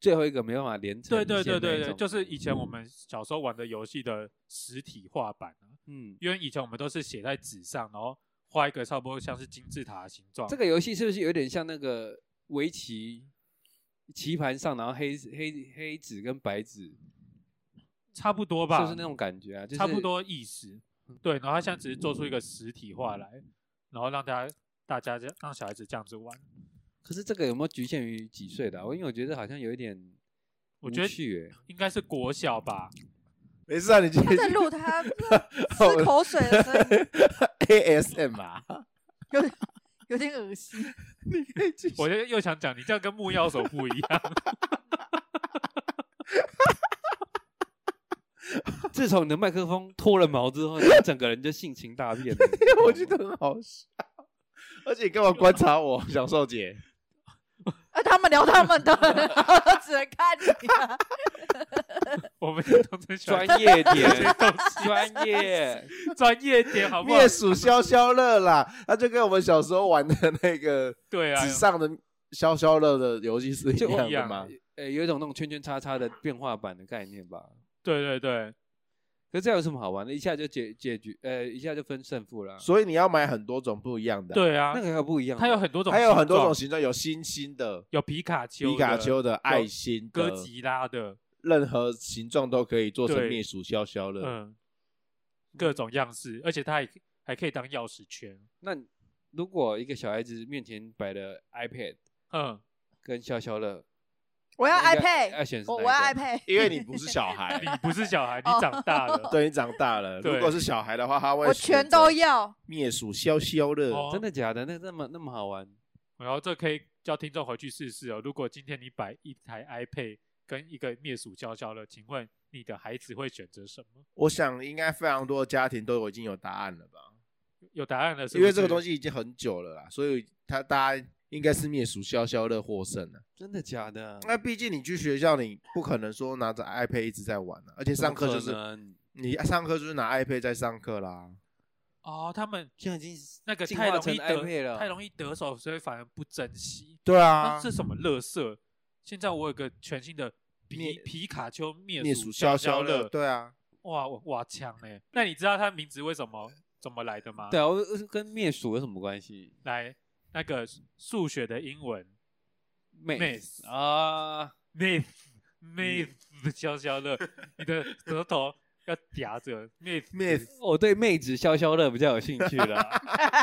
[SPEAKER 3] 最后一个没办法连成
[SPEAKER 2] 对对对
[SPEAKER 3] 线那
[SPEAKER 2] 对
[SPEAKER 3] 一
[SPEAKER 2] 对，
[SPEAKER 3] 种
[SPEAKER 2] 就是以前我们小时候玩的游戏的实体画板啊，
[SPEAKER 3] 嗯，
[SPEAKER 2] 因为以前我们都是写在纸上，然后画一个差不多像是金字塔的形状。
[SPEAKER 3] 这个游戏是不是有点像那个围棋？棋盘上，然后黑黑黑纸跟白纸，
[SPEAKER 2] 差不多吧，
[SPEAKER 3] 就是那种感觉啊，就是嗯
[SPEAKER 2] 差不多意思。对，然后他现在只是做出一个实体化来，然后让大家大家这样让小孩子这样子玩。
[SPEAKER 3] 可是这个有没有局限于几岁的、啊？我因为我觉得好像有一点，
[SPEAKER 2] 我觉得
[SPEAKER 3] 去、欸，
[SPEAKER 2] 应该是国小吧，
[SPEAKER 1] 没事啊， 你继哦
[SPEAKER 4] 他
[SPEAKER 1] 续
[SPEAKER 4] 在录 他吃口水的声音，
[SPEAKER 1] ASM 啊，
[SPEAKER 4] 有点有点恶心。
[SPEAKER 1] 你可以继续。。
[SPEAKER 2] 我就又想讲，你这样跟木曜手不一样。
[SPEAKER 3] 自从你的麦克风脱了毛之后，你整个人就性情 大变了
[SPEAKER 1] 我觉得很好笑，而且你干嘛观察 我，享受姐？
[SPEAKER 4] 啊，他们聊他们的， 然后就只能看你、啊。
[SPEAKER 2] 我们都在喜欢
[SPEAKER 3] 专业
[SPEAKER 2] 这些
[SPEAKER 3] 点，
[SPEAKER 2] 东西
[SPEAKER 3] 专业，
[SPEAKER 2] 专业一点好不好
[SPEAKER 1] 灭？鼠消消乐啦，它就跟我们小时候玩的那个
[SPEAKER 2] 对啊
[SPEAKER 1] 纸，上的消消乐的游戏是一
[SPEAKER 3] 就
[SPEAKER 1] 样
[SPEAKER 2] 一样
[SPEAKER 1] 的吗？
[SPEAKER 3] 呃、有一种那种圈圈叉叉的变化版的概念吧。
[SPEAKER 2] 对对对，
[SPEAKER 3] 可是这样有什么好玩的？一下就解解决，呃，一下就分胜负了啊。
[SPEAKER 1] 所以你要买很多种不一样的，，
[SPEAKER 2] 对啊
[SPEAKER 3] 那，个还不一样的，
[SPEAKER 2] 它有很多种，
[SPEAKER 1] 还有很多种，形状，有星星的、
[SPEAKER 2] 有皮卡丘、
[SPEAKER 1] 皮卡丘、的、爱心
[SPEAKER 2] 哥
[SPEAKER 1] 的、
[SPEAKER 2] 吉拉的，
[SPEAKER 1] 任何形状都可以做成
[SPEAKER 2] 对
[SPEAKER 1] 灭鼠消消乐。
[SPEAKER 2] 嗯，各种样式，而且它还还可以当钥匙圈。
[SPEAKER 3] 那你如果一个小孩子面前摆了 iPad
[SPEAKER 2] 嗯，
[SPEAKER 3] 跟消消乐，
[SPEAKER 4] 我要
[SPEAKER 3] 那应该
[SPEAKER 4] iPad，
[SPEAKER 3] 要选是
[SPEAKER 4] 我
[SPEAKER 3] 哪
[SPEAKER 4] 我
[SPEAKER 3] 一
[SPEAKER 4] 要
[SPEAKER 3] 个
[SPEAKER 4] iPad，
[SPEAKER 1] 因为你不是小孩
[SPEAKER 2] 你，不是小孩，你
[SPEAKER 4] 哦
[SPEAKER 2] 长大了。
[SPEAKER 1] 对你长大了。
[SPEAKER 2] 对
[SPEAKER 1] 如果是小孩的话，他会
[SPEAKER 4] 我
[SPEAKER 1] 选
[SPEAKER 4] 全
[SPEAKER 1] 择
[SPEAKER 4] 都要。
[SPEAKER 1] 灭鼠消消乐
[SPEAKER 2] 哦。
[SPEAKER 3] 真的假的？那那么那么好玩？
[SPEAKER 2] 然后这可以叫听众回去试试哦。如果今天你摆一台 iPad 跟一个灭鼠消消乐，请问你的孩子会选择什么？
[SPEAKER 1] 我想应该非常多的家庭都已经有答案了吧。
[SPEAKER 2] 有答案了是不是，
[SPEAKER 1] 因为这个东
[SPEAKER 2] 西
[SPEAKER 1] 西已经很久了啦，所以他大家应该是灭鼠消消乐获胜了。
[SPEAKER 3] 真的假的？
[SPEAKER 1] 那毕竟你去学校，你不可能说拿着 iPad 一直在玩啊，而且上课就
[SPEAKER 3] 怎
[SPEAKER 1] 是
[SPEAKER 3] 么可能
[SPEAKER 1] 你上课就是拿 iPad 在上课啦。
[SPEAKER 2] 哦，他们
[SPEAKER 3] 现在已经
[SPEAKER 2] 那个
[SPEAKER 3] 进
[SPEAKER 2] 太
[SPEAKER 3] 化
[SPEAKER 2] 容
[SPEAKER 3] 成
[SPEAKER 2] 易得
[SPEAKER 3] iPad 了
[SPEAKER 2] 太容易得手，所以反而不珍惜。
[SPEAKER 1] 对
[SPEAKER 2] 啊，
[SPEAKER 1] 啊
[SPEAKER 2] 这，什么乐色？现在我有个全新的皮
[SPEAKER 1] 灭
[SPEAKER 2] 皮卡丘灭
[SPEAKER 1] 灭鼠
[SPEAKER 2] 鼠
[SPEAKER 1] 消
[SPEAKER 2] 消
[SPEAKER 1] 消乐，，对啊，
[SPEAKER 2] 哇哇强哎！那你知道它名字为什么怎么来的吗？
[SPEAKER 3] 对啊，我我跟灭鼠有什么关系
[SPEAKER 2] 来那个数学的英文
[SPEAKER 3] ？Maze
[SPEAKER 2] Maze
[SPEAKER 3] 啊，
[SPEAKER 2] myth myth 消消乐，你的舌头要夹着 myth
[SPEAKER 1] 灭
[SPEAKER 3] 我对妹子消消乐比较有兴趣啦。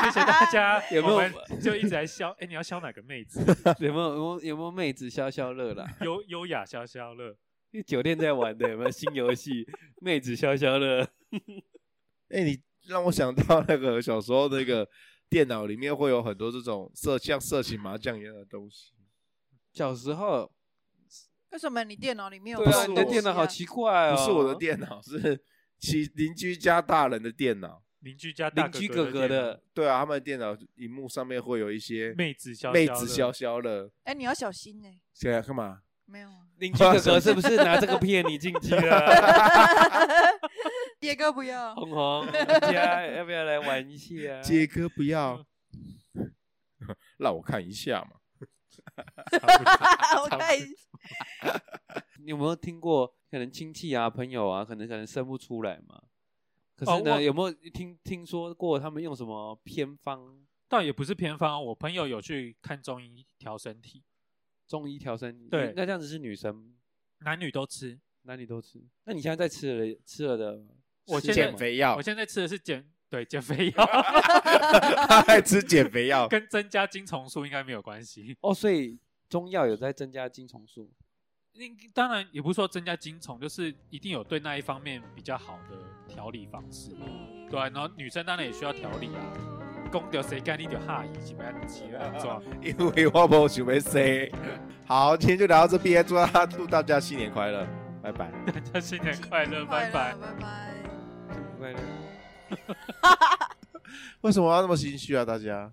[SPEAKER 2] 谢谢大家
[SPEAKER 3] ，有没有
[SPEAKER 2] 我们就一直在消，哎、你要消哪个妹子？
[SPEAKER 3] 有没有有没有有没有妹子消消乐啦？
[SPEAKER 2] 优优雅消消乐，
[SPEAKER 3] 因为酒店在玩的有没有新游戏？妹子消消乐，
[SPEAKER 1] 哎、你让我想到那个小时候那个电脑里面会有很多这种色像色情麻将一样的东西。
[SPEAKER 3] 小时候
[SPEAKER 4] 为什么你电脑里面有
[SPEAKER 3] 对
[SPEAKER 4] 这种
[SPEAKER 3] 啊，
[SPEAKER 4] 东西啊？
[SPEAKER 3] 你的电脑好奇怪
[SPEAKER 2] 啊
[SPEAKER 3] 哦，
[SPEAKER 1] 不是我的电脑，是其邻居家大人的电脑。
[SPEAKER 2] 邻居家大
[SPEAKER 3] 邻居哥
[SPEAKER 2] 哥
[SPEAKER 3] 哥
[SPEAKER 2] 店
[SPEAKER 3] 的，
[SPEAKER 1] 对啊，他们的电脑荧幕上面会有一些
[SPEAKER 2] 妹子消
[SPEAKER 1] 妹
[SPEAKER 2] 消
[SPEAKER 1] 子
[SPEAKER 2] 乐
[SPEAKER 1] 消消乐，
[SPEAKER 4] 哎、你要小心呢、
[SPEAKER 1] 现在干嘛？
[SPEAKER 4] 没有 啊，
[SPEAKER 3] 邻居哥哥是不是拿这个骗你进去了？
[SPEAKER 2] 啊
[SPEAKER 4] 杰哥不要。
[SPEAKER 3] 红 红，人家要不要来玩一下？啊
[SPEAKER 2] 哎
[SPEAKER 1] 杰哥不要，
[SPEAKER 2] 嗯
[SPEAKER 1] 让我看一下嘛。
[SPEAKER 4] 我看一
[SPEAKER 3] 你有没有听过？可能亲戚啊、朋友啊，可能可能生不出来嘛。可
[SPEAKER 2] 哦
[SPEAKER 3] 是呢，
[SPEAKER 2] 我
[SPEAKER 3] 有没有听听说过他们用什么偏方、
[SPEAKER 2] 倒也不是偏方，我朋友有去看中医调身体，
[SPEAKER 3] 中医调身？
[SPEAKER 2] 对
[SPEAKER 3] 那这样子是女生
[SPEAKER 2] 男女都吃。
[SPEAKER 3] 男女都吃。那你现在在吃了吃了的，
[SPEAKER 2] 我
[SPEAKER 3] 是
[SPEAKER 2] 现在
[SPEAKER 3] 什
[SPEAKER 1] 减
[SPEAKER 3] 么
[SPEAKER 1] 肥药
[SPEAKER 2] 我，现在吃的是减对减肥药，
[SPEAKER 1] 他还吃减肥药。
[SPEAKER 2] 跟增加精虫数应该没有关系。
[SPEAKER 3] 哦，所以中药有在增加精虫数。
[SPEAKER 2] 应当然也不是说增加精虫，就是一定有对那一方面比较好的调理方式，对啊、然后女生当然也需要调理啊，公掉谁干你就哈姨，怎么样起 来 做？
[SPEAKER 1] 因为我不想要塞。好，今天就聊到这边，祝大祝大家新年快乐，拜拜。
[SPEAKER 2] 大家新年快乐，拜拜。
[SPEAKER 4] 拜拜。
[SPEAKER 3] 快乐。
[SPEAKER 1] 为什么要那么心虚啊？大家？